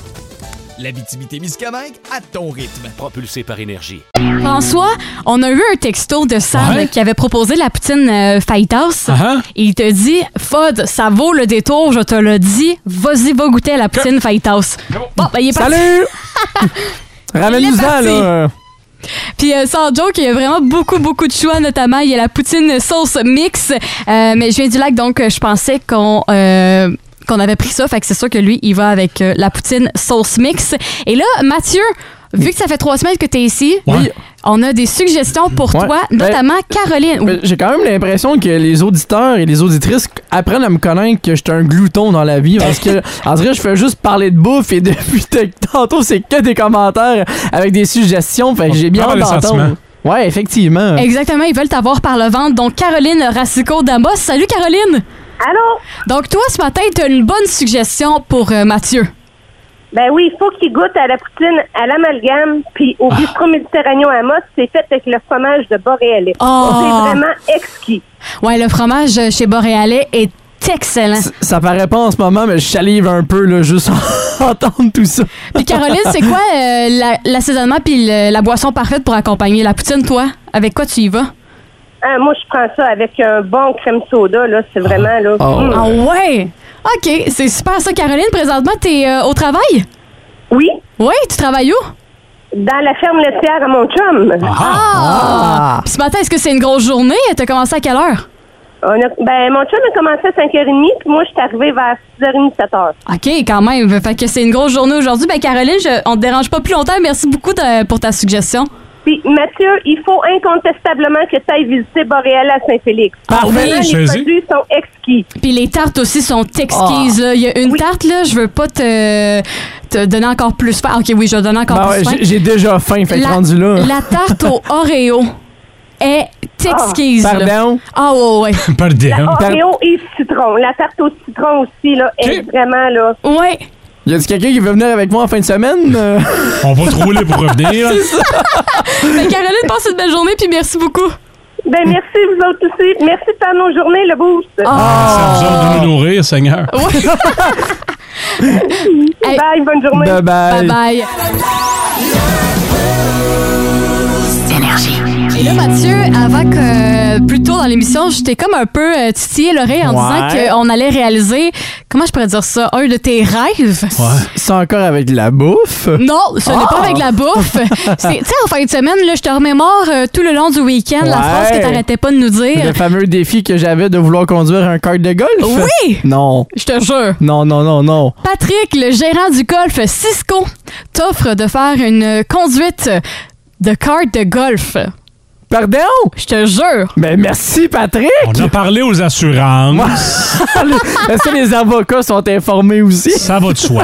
[SPEAKER 10] L'Abitibi-Témiscamingue à ton rythme.
[SPEAKER 6] Propulsé par énergie.
[SPEAKER 3] François, on a eu un texto de Sam
[SPEAKER 6] Ouais.
[SPEAKER 3] qui avait proposé la poutine euh, fajitas. Il te dit Fod, ça vaut le détour, je te le dis. Vas-y, va goûter à la poutine fajitas. Bon, ben, il est parti.
[SPEAKER 4] Salut!
[SPEAKER 3] Il est
[SPEAKER 4] Ramène-nous-en,
[SPEAKER 3] parti.
[SPEAKER 4] là.
[SPEAKER 3] Puis euh, sans joke, il y a vraiment beaucoup, beaucoup de choix, notamment il y a la poutine sauce mix. Euh, mais je viens du lac, donc euh, je pensais qu'on... euh, qu'on avait pris ça, fait que c'est sûr que lui, il va avec euh, la poutine sauce mix. Et là, Mathieu, vu que ça fait trois semaines que tu es ici, on a des suggestions pour
[SPEAKER 4] Ouais.
[SPEAKER 3] toi,
[SPEAKER 4] Ben,
[SPEAKER 3] notamment Caroline.
[SPEAKER 4] Mais J'ai quand même l'impression que les auditeurs et les auditrices apprennent à me connaître que j'étais un glouton dans la vie parce que en vrai je fais juste parler de [laughs] bouffe et depuis t- tantôt c'est que des commentaires avec des suggestions fait que j'ai bien
[SPEAKER 5] prend
[SPEAKER 4] hâte
[SPEAKER 5] les
[SPEAKER 4] d'entendre.
[SPEAKER 5] sentiments.
[SPEAKER 4] Ouais, effectivement.
[SPEAKER 3] Exactement, ils veulent t'avoir par le ventre. Donc, Caroline Racicot d'Amos. Salut, Caroline!
[SPEAKER 13] Allô?
[SPEAKER 3] Donc, toi, ce matin, tu as une bonne suggestion pour euh, Mathieu.
[SPEAKER 13] Ben oui, il faut qu'il goûte à la poutine, à l'amalgame, puis
[SPEAKER 2] Ah.
[SPEAKER 13] au bistrot méditerranéen à Motte, c'est fait avec le fromage de Boréalais.
[SPEAKER 7] Ah.
[SPEAKER 3] Oh!
[SPEAKER 13] C'est vraiment exquis.
[SPEAKER 3] Ouais, le fromage euh, chez Boréalais est excellent.
[SPEAKER 4] Ça paraît pas en ce moment, mais je salive un peu, là, juste [laughs] en entendre tout ça.
[SPEAKER 3] Puis Caroline, c'est quoi euh, la- l'assaisonnement puis le- la boisson parfaite pour accompagner la poutine, toi? Avec quoi tu y vas?
[SPEAKER 13] Ah, moi, je prends ça avec un bon crème soda, là. C'est vraiment, là.
[SPEAKER 3] Ah
[SPEAKER 13] mm.
[SPEAKER 3] ouais! OK, c'est super ça, Caroline. Présentement, t'es euh, au travail?
[SPEAKER 13] Oui.
[SPEAKER 3] Oui, tu travailles où?
[SPEAKER 13] Dans la ferme laitière à mon chum.
[SPEAKER 3] Ah! Puis ce matin, est-ce que c'est une grosse journée? T'as commencé à quelle heure?
[SPEAKER 13] On a- ben, mon chum a commencé à 5h30, puis moi, je suis arrivée vers 6h30, 7h.
[SPEAKER 3] OK, quand même. Fait que c'est une grosse journée aujourd'hui. Ben, Caroline, je- on te dérange pas plus longtemps. Merci beaucoup de- pour ta suggestion.
[SPEAKER 13] Puis, Mathieu, il faut incontestablement que tu ailles visiter Boréal à Saint-Félix.
[SPEAKER 3] Parfait,
[SPEAKER 13] Vraiment, les
[SPEAKER 3] choisis.
[SPEAKER 13] produits sont exquis.
[SPEAKER 3] Puis les tartes aussi sont exquises. là. Il y a une tarte, là, je veux pas te, te donner encore plus faim. Ah, OK, oui, je vais donner encore
[SPEAKER 4] Ben
[SPEAKER 3] plus
[SPEAKER 4] ouais,
[SPEAKER 3] faim.
[SPEAKER 4] j'ai- j'ai déjà faim, fait que
[SPEAKER 3] La-
[SPEAKER 4] rendu là. hein.
[SPEAKER 3] La tarte au Oreo est exquise.
[SPEAKER 4] Ah,
[SPEAKER 3] là.
[SPEAKER 4] pardon?
[SPEAKER 3] Ah, ouais, ouais.
[SPEAKER 5] Pardon.
[SPEAKER 13] Oreo et citron. La tarte au citron aussi, là, est vraiment, là.
[SPEAKER 3] Ouais.
[SPEAKER 4] Y a-tu quelqu'un qui veut venir avec moi en fin de semaine? Euh,
[SPEAKER 5] On va te rouler pour revenir.
[SPEAKER 4] [laughs] C'est ça.
[SPEAKER 3] Ben, Caroline, passe une belle journée, puis merci beaucoup.
[SPEAKER 13] Ben, merci, vous autres aussi. Merci de faire nos journées, le boost.
[SPEAKER 3] Ah,
[SPEAKER 4] Ah.
[SPEAKER 5] Ça nous a de nous nourrir, Seigneur.
[SPEAKER 4] [laughs]
[SPEAKER 13] Bye, bonne
[SPEAKER 4] [laughs]
[SPEAKER 13] journée.
[SPEAKER 5] Bye bye.
[SPEAKER 3] Bye Et là, Mathieu, avant que euh, plus tôt dans l'émission, j'étais comme un peu euh, titillé l'oreille en
[SPEAKER 4] Ouais.
[SPEAKER 3] disant qu'on allait réaliser, comment je pourrais dire ça, un de tes rêves.
[SPEAKER 4] C'est encore avec de la bouffe?
[SPEAKER 3] Non, ce n'est
[SPEAKER 4] Ah!
[SPEAKER 3] pas avec la
[SPEAKER 4] [laughs]
[SPEAKER 3] bouffe. C'est- Tu sais, en fin de semaine, là, je te remémore euh, tout le long du week-end la
[SPEAKER 4] Ouais.
[SPEAKER 3] phrase que t'arrêtais pas de nous dire.
[SPEAKER 4] Le fameux défi que j'avais de vouloir conduire un kart de golf?
[SPEAKER 3] Oui!
[SPEAKER 4] Non.
[SPEAKER 3] Je te jure.
[SPEAKER 4] Non, non, non, non.
[SPEAKER 3] Patrick, le gérant du golf Cisco, t'offre de faire une conduite de carte de golf.
[SPEAKER 4] Pardon?
[SPEAKER 3] Je te jure.
[SPEAKER 4] Ben merci Patrick! [laughs]
[SPEAKER 5] On a parlé aux assurances.
[SPEAKER 4] Est-ce que les avocats sont informés aussi?
[SPEAKER 5] Ça va de soi.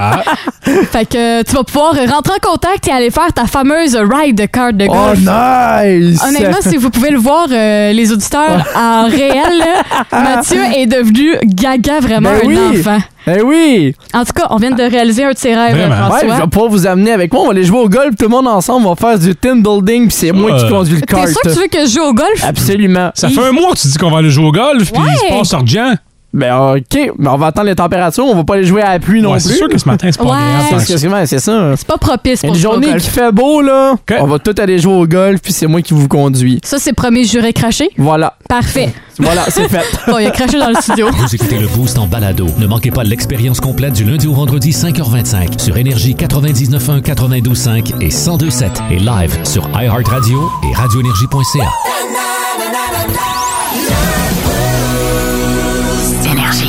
[SPEAKER 3] fait que tu vas pouvoir rentrer en contact et aller faire ta fameuse ride de carte de
[SPEAKER 4] Oh
[SPEAKER 3] golf.
[SPEAKER 4] nice!
[SPEAKER 3] Honnêtement, si vous pouvez le voir, euh, les auditeurs, en réel,
[SPEAKER 4] [laughs]
[SPEAKER 3] là, Mathieu est devenu gaga vraiment
[SPEAKER 4] Ben
[SPEAKER 3] un
[SPEAKER 4] oui.
[SPEAKER 3] enfant.
[SPEAKER 4] Eh oui!
[SPEAKER 3] En tout cas, on vient de réaliser un de ses rêves,
[SPEAKER 4] Ouais, je
[SPEAKER 3] François.
[SPEAKER 4] vais pouvoir vous amener avec moi. On va aller jouer au golf, tout le monde ensemble. On va faire du team building, puis c'est moi qui conduis le kart.
[SPEAKER 3] T'es sûr que tu veux que je joue au golf?
[SPEAKER 4] Ah. Absolument.
[SPEAKER 5] Euh. Ça fait un mois que tu dis qu'on va aller jouer au golf, puis il se
[SPEAKER 3] Ouais.
[SPEAKER 5] passe argent.
[SPEAKER 4] Ben OK, mais on va attendre les températures, on va pas aller jouer à la pluie non
[SPEAKER 5] Ouais,
[SPEAKER 4] plus.
[SPEAKER 5] c'est sûr que ce matin, c'est pas
[SPEAKER 3] Ouais.
[SPEAKER 5] agréable. tant que
[SPEAKER 4] C'est
[SPEAKER 5] ça.
[SPEAKER 4] c'est- c'est ça.
[SPEAKER 3] C'est pas propice pour
[SPEAKER 4] Une
[SPEAKER 3] jouer au
[SPEAKER 4] journée
[SPEAKER 3] golf.
[SPEAKER 4] qui fait beau, là, on va tout aller jouer au golf, puis c'est moi qui vous conduis.
[SPEAKER 3] Ça, c'est premier juré craché.
[SPEAKER 4] Voilà.
[SPEAKER 3] Parfait.
[SPEAKER 4] [laughs] Voilà, c'est fait.
[SPEAKER 3] [laughs] Bon, il a craché dans le
[SPEAKER 4] [laughs]
[SPEAKER 3] studio.
[SPEAKER 1] Vous écoutez le Boost en balado. Ne manquez pas l'expérience complète du lundi au vendredi 5h25 sur Énergie 99.1, 92.5 et 102.7 et live sur iHeartRadio et radioénergie.ca.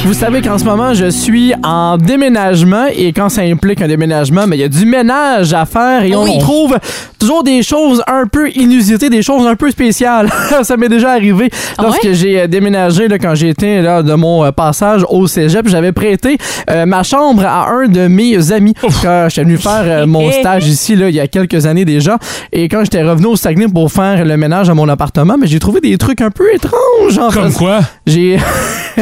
[SPEAKER 4] Vous savez qu'en ce moment, je suis en déménagement et quand ça implique un déménagement, mais il y a du ménage à faire et on
[SPEAKER 3] Oui.
[SPEAKER 4] trouve toujours des choses un peu inusitées, des choses un peu spéciales. [laughs] ça m'est déjà arrivé
[SPEAKER 3] Ah
[SPEAKER 4] lorsque
[SPEAKER 3] ouais?
[SPEAKER 4] j'ai euh, déménagé, là, quand j'étais là, de mon euh, passage au cégep, j'avais prêté euh, ma chambre à un de mes amis quand j'étais venu faire
[SPEAKER 3] [laughs]
[SPEAKER 4] euh, mon stage ici là, il y a quelques années déjà. Et quand j'étais revenu au Saguenay pour faire le ménage à mon appartement, mais j'ai trouvé des trucs un peu étranges. en
[SPEAKER 5] Comme
[SPEAKER 4] fait.
[SPEAKER 5] quoi?
[SPEAKER 4] J'ai.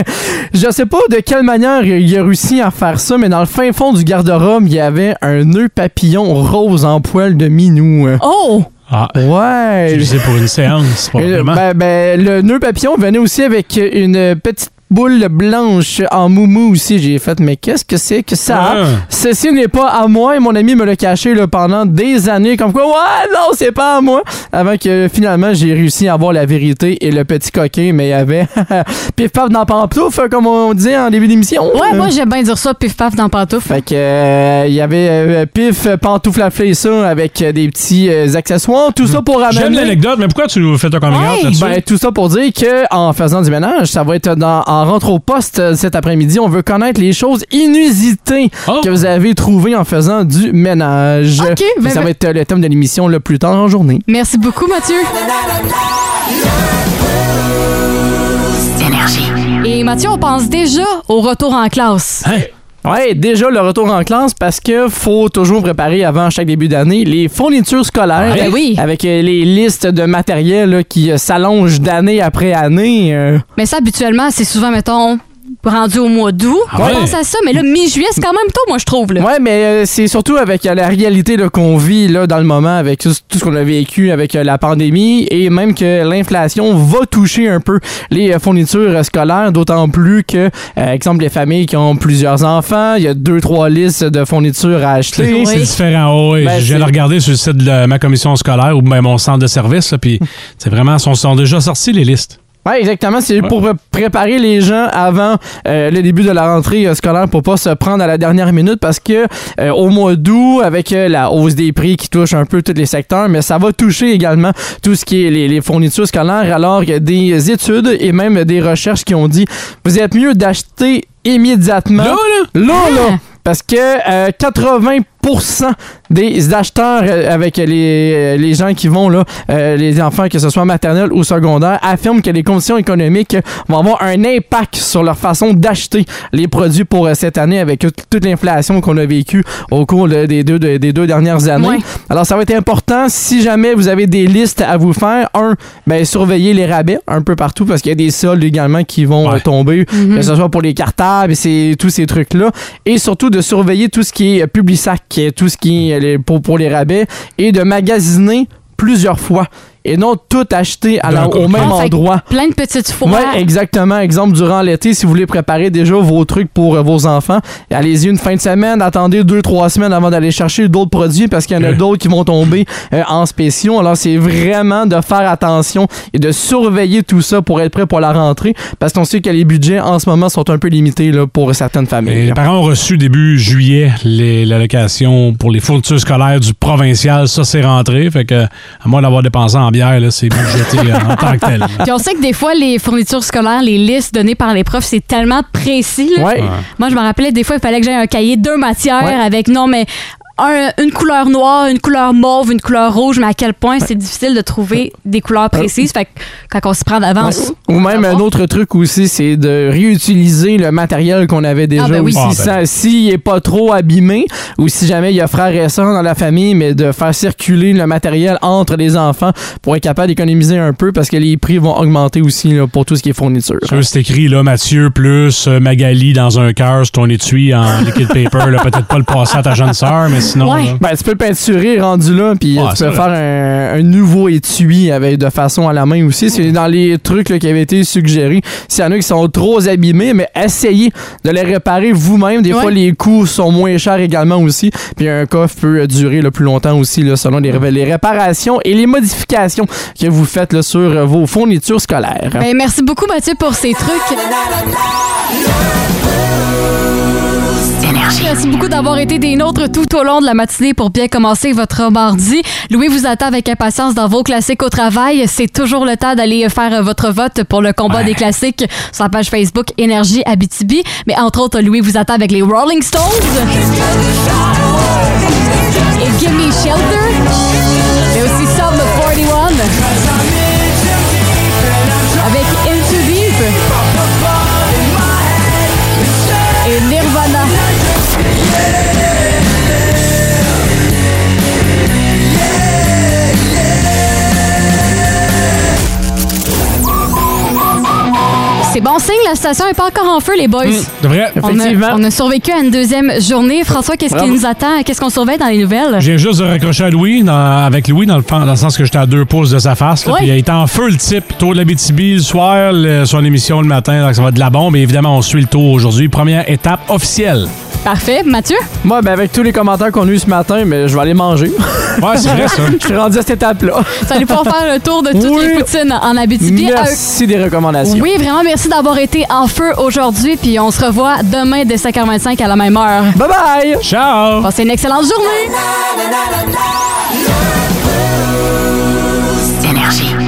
[SPEAKER 4] [laughs] je sais pas de quelle manière il a réussi à faire ça, mais dans le fin fond du garde-robe, il y avait un nœud papillon rose en poil de minou.
[SPEAKER 3] Oh!
[SPEAKER 5] Ah,
[SPEAKER 4] Ouais.
[SPEAKER 5] tu le sais pour une séance,
[SPEAKER 4] Et,
[SPEAKER 5] probablement.
[SPEAKER 4] ben, ben, le nœud papillon venait aussi avec une petite boule blanche en moumou aussi. J'ai fait, mais qu'est-ce que c'est que ça?
[SPEAKER 5] Ah.
[SPEAKER 4] Ceci n'est pas à moi et mon ami me l'a caché là, pendant des années. Comme quoi, ouais, non, c'est pas à moi. Avant que finalement, j'ai réussi à avoir la vérité et le petit coquin, mais il y avait [laughs] pif paf dans pamplouf, comme on dit en début d'émission.
[SPEAKER 3] Ouais,
[SPEAKER 4] Euh,
[SPEAKER 3] moi, j'aime bien dire ça, pif paf dans pantoufle.
[SPEAKER 4] fait que euh, il y avait euh, pif pantoufle à fleur, ça avec euh, des petits euh, accessoires, tout ça pour amener.
[SPEAKER 5] Hmm. J'aime l'anecdote, mais pourquoi tu nous fais ton coming out là-dessus?
[SPEAKER 4] Ben, tout ça pour dire que en faisant du ménage, ça va être dans, en rentre au poste euh, cet après-midi. On veut connaître les choses inusitées
[SPEAKER 5] Oh.
[SPEAKER 4] que vous avez trouvées en faisant du ménage.
[SPEAKER 3] Ok,
[SPEAKER 4] Et
[SPEAKER 3] ben,
[SPEAKER 4] ça
[SPEAKER 3] ben-
[SPEAKER 4] va être euh, le thème de l'émission le plus tard en journée.
[SPEAKER 3] Merci beaucoup, Mathieu. Et Mathieu, on pense déjà au retour en classe.
[SPEAKER 5] Hein?
[SPEAKER 4] Ouais, déjà le retour en classe parce que faut toujours préparer avant chaque début d'année les fournitures scolaires
[SPEAKER 3] Ah ben oui.
[SPEAKER 4] avec euh, les listes de matériel là, qui euh, s'allongent d'année après année. euh.
[SPEAKER 3] Mais ça, habituellement, c'est souvent, mettons, rendu au mois d'août.
[SPEAKER 4] Ah ouais?
[SPEAKER 3] On pense à ça, mais là, mi-juillet, c'est quand même tôt, moi, je trouve. Là.
[SPEAKER 4] Ouais, mais euh, c'est surtout avec euh, la réalité là, qu'on vit là, dans le moment, avec tout, tout ce qu'on a vécu avec euh, la pandémie et même que l'inflation va toucher un peu les euh, fournitures euh, scolaires, d'autant plus que, euh, exemple, les familles qui ont plusieurs enfants, il y a deux, trois listes de fournitures à
[SPEAKER 5] C'est
[SPEAKER 4] acheter.
[SPEAKER 5] c'est différent. Oh, Oui,
[SPEAKER 4] Ben,
[SPEAKER 5] je viens
[SPEAKER 4] c'est-
[SPEAKER 5] de regarder sur le site de ma commission scolaire ou ben, mon centre de service.
[SPEAKER 4] [laughs]
[SPEAKER 5] là, Puis c'est vraiment, sont, sont déjà sortis les listes.
[SPEAKER 4] Ouais, exactement. C'est
[SPEAKER 5] Ouais.
[SPEAKER 4] pour pré- préparer les gens avant euh, le début de la rentrée euh, scolaire pour pas se prendre à la dernière minute parce que euh, au mois d'août, avec euh, la hausse des prix qui touche un peu tous les secteurs, mais ça va toucher également tout ce qui est les, les fournitures scolaires. Alors, il y a des études et même des recherches qui ont dit vous êtes mieux d'acheter immédiatement. Là, là! Hein? là. Parce que euh, 80% des acheteurs euh, avec les, les gens qui vont, là, euh, les enfants, que ce soit maternelle ou secondaire, affirment que les conditions économiques vont avoir un impact sur leur façon d'acheter les produits pour euh, cette année avec toute- toute l'inflation qu'on a vécue au cours de- des, deux, de- des deux dernières années.
[SPEAKER 11] Ouais.
[SPEAKER 4] Alors, ça va être important si jamais vous avez des listes à vous faire. Un, ben, surveillez les rabais un peu partout parce qu'il y a des soldes également qui vont euh, tomber,
[SPEAKER 11] Mhm.
[SPEAKER 4] que ce soit pour les cartables et ces- tous ces trucs-là. Et surtout de surveiller tout ce qui est euh, Publisac, euh, tout ce qui est euh, les- pour, pour les rabais et de magasiner plusieurs fois. Et non tout acheter à la-
[SPEAKER 3] D'un
[SPEAKER 4] au
[SPEAKER 3] coup.
[SPEAKER 4] même
[SPEAKER 3] Ah, fait que
[SPEAKER 4] endroit.
[SPEAKER 3] Plein de petites fois.
[SPEAKER 4] Ouais, exactement. Exemple, durant l'été, si vous voulez préparer déjà vos trucs pour euh, vos enfants, allez-y une fin de semaine, attendez deux, trois semaines avant d'aller chercher d'autres produits parce qu'il y en a d'autres qui vont tomber euh, en spéciaux. Alors, c'est vraiment de faire attention et de surveiller tout ça pour être prêt pour la rentrée parce qu'on sait que les budgets en ce moment sont un peu limités là, pour certaines
[SPEAKER 5] Et
[SPEAKER 4] familles.
[SPEAKER 5] les parents ont reçu début juillet les- l'allocation pour les fournitures scolaires du provincial. Ça, c'est rentré. Fait que, à moins d'avoir dépensé en bière, là, c'est budgété
[SPEAKER 4] [laughs]
[SPEAKER 5] euh, en tant que tel.
[SPEAKER 3] Puis on sait que des fois, les fournitures scolaires, les listes données par les profs, c'est tellement précis. là.
[SPEAKER 5] Ouais. Ouais.
[SPEAKER 3] Moi, je me rappelais, des fois, il fallait que j'aie un cahier, deux matières
[SPEAKER 4] Ouais.
[SPEAKER 3] avec non, mais un- une couleur noire, une couleur mauve, une couleur rouge, mais à quel point c'est difficile de trouver des couleurs précises. Fait que quand on s'y prend d'avance.
[SPEAKER 4] Euh, Ouais. Ou même un autre truc aussi, c'est de réutiliser le matériel qu'on avait déjà.
[SPEAKER 3] Ah, ben oui.
[SPEAKER 4] aussi,
[SPEAKER 3] Ah, ben
[SPEAKER 4] ça- S'il n'est pas trop abîmé, ou si jamais il y a frère et soeur dans la famille, mais de faire circuler le matériel entre les enfants pour être capable d'économiser un peu parce que les prix vont augmenter aussi là, pour tout ce qui est fourniture.
[SPEAKER 5] Sûr, c'est écrit là, Mathieu plus euh, Magali dans un cœur, c'est ton étui en liquid paper. là. Peut-être pas le passer à ta jeune sœur, mais sinon. là.
[SPEAKER 4] Ben, tu peux le peinturer rendu là, puis
[SPEAKER 5] Ouais,
[SPEAKER 4] tu
[SPEAKER 5] c'est
[SPEAKER 4] peux
[SPEAKER 5] vrai.
[SPEAKER 4] faire un, un nouveau étui avec de façon à la main aussi. C'est dans les trucs là, qui avaient été suggérés. S'il y en a qui sont trop abîmés, mais essayez de les réparer vous-même. Des fois, les coûts sont moins chers également aussi. Puis un coffre peut euh, durer le plus longtemps aussi là, selon les, ré- les réparations et les modifications que vous faites là, sur euh, vos fournitures scolaires.
[SPEAKER 3] Ben, merci beaucoup, Mathieu, pour ces trucs. Merci beaucoup d'avoir été des nôtres tout au long de la matinée pour bien commencer votre mardi. Louis vous attend avec impatience dans vos classiques au travail. C'est toujours le temps d'aller faire votre vote pour le combat des classiques sur la page Facebook Énergie Abitibi. Mais entre autres, Louis vous attend avec les Rolling Stones. Et Give Me Shelter. Mais aussi Sum of 41. Avec Into Deep. Et Nirvana. C'est bon signe, la station est pas encore en feu, les boys.
[SPEAKER 5] De vrai?
[SPEAKER 3] On a, on a survécu à une deuxième journée. François, qu'est-ce qui
[SPEAKER 5] Bravo.
[SPEAKER 3] nous attend? Qu'est-ce qu'on surveille dans les nouvelles?
[SPEAKER 5] Je viens juste de raccrocher à Louis, dans- avec Louis, dans le, pen- dans le sens que j'étais à deux pouces de sa face. là,
[SPEAKER 3] Ouais.
[SPEAKER 5] Puis il était en feu le type, tour de la BTB le soir, le- son émission le matin, donc ça va être de la bombe. Et évidemment, on suit le tour aujourd'hui. Première étape officielle.
[SPEAKER 3] Parfait. Mathieu?
[SPEAKER 4] Moi, ben, avec tous les commentaires qu'on a eu ce matin, mais je vais aller manger.
[SPEAKER 5] Ouais, c'est vrai, ça.
[SPEAKER 4] [laughs] Je suis rendu à cette étape-là.
[SPEAKER 3] Vous allez pouvoir faire le tour de toutes
[SPEAKER 4] Oui.
[SPEAKER 3] les poutines en Abitibi. Euh,
[SPEAKER 4] Merci des recommandations.
[SPEAKER 3] Oui, vraiment, merci d'avoir été en feu aujourd'hui. Puis on se revoit demain dès 5h25 à la même heure.
[SPEAKER 4] Bye bye!
[SPEAKER 5] Ciao!
[SPEAKER 3] Passez une excellente journée!
[SPEAKER 8] Énergie.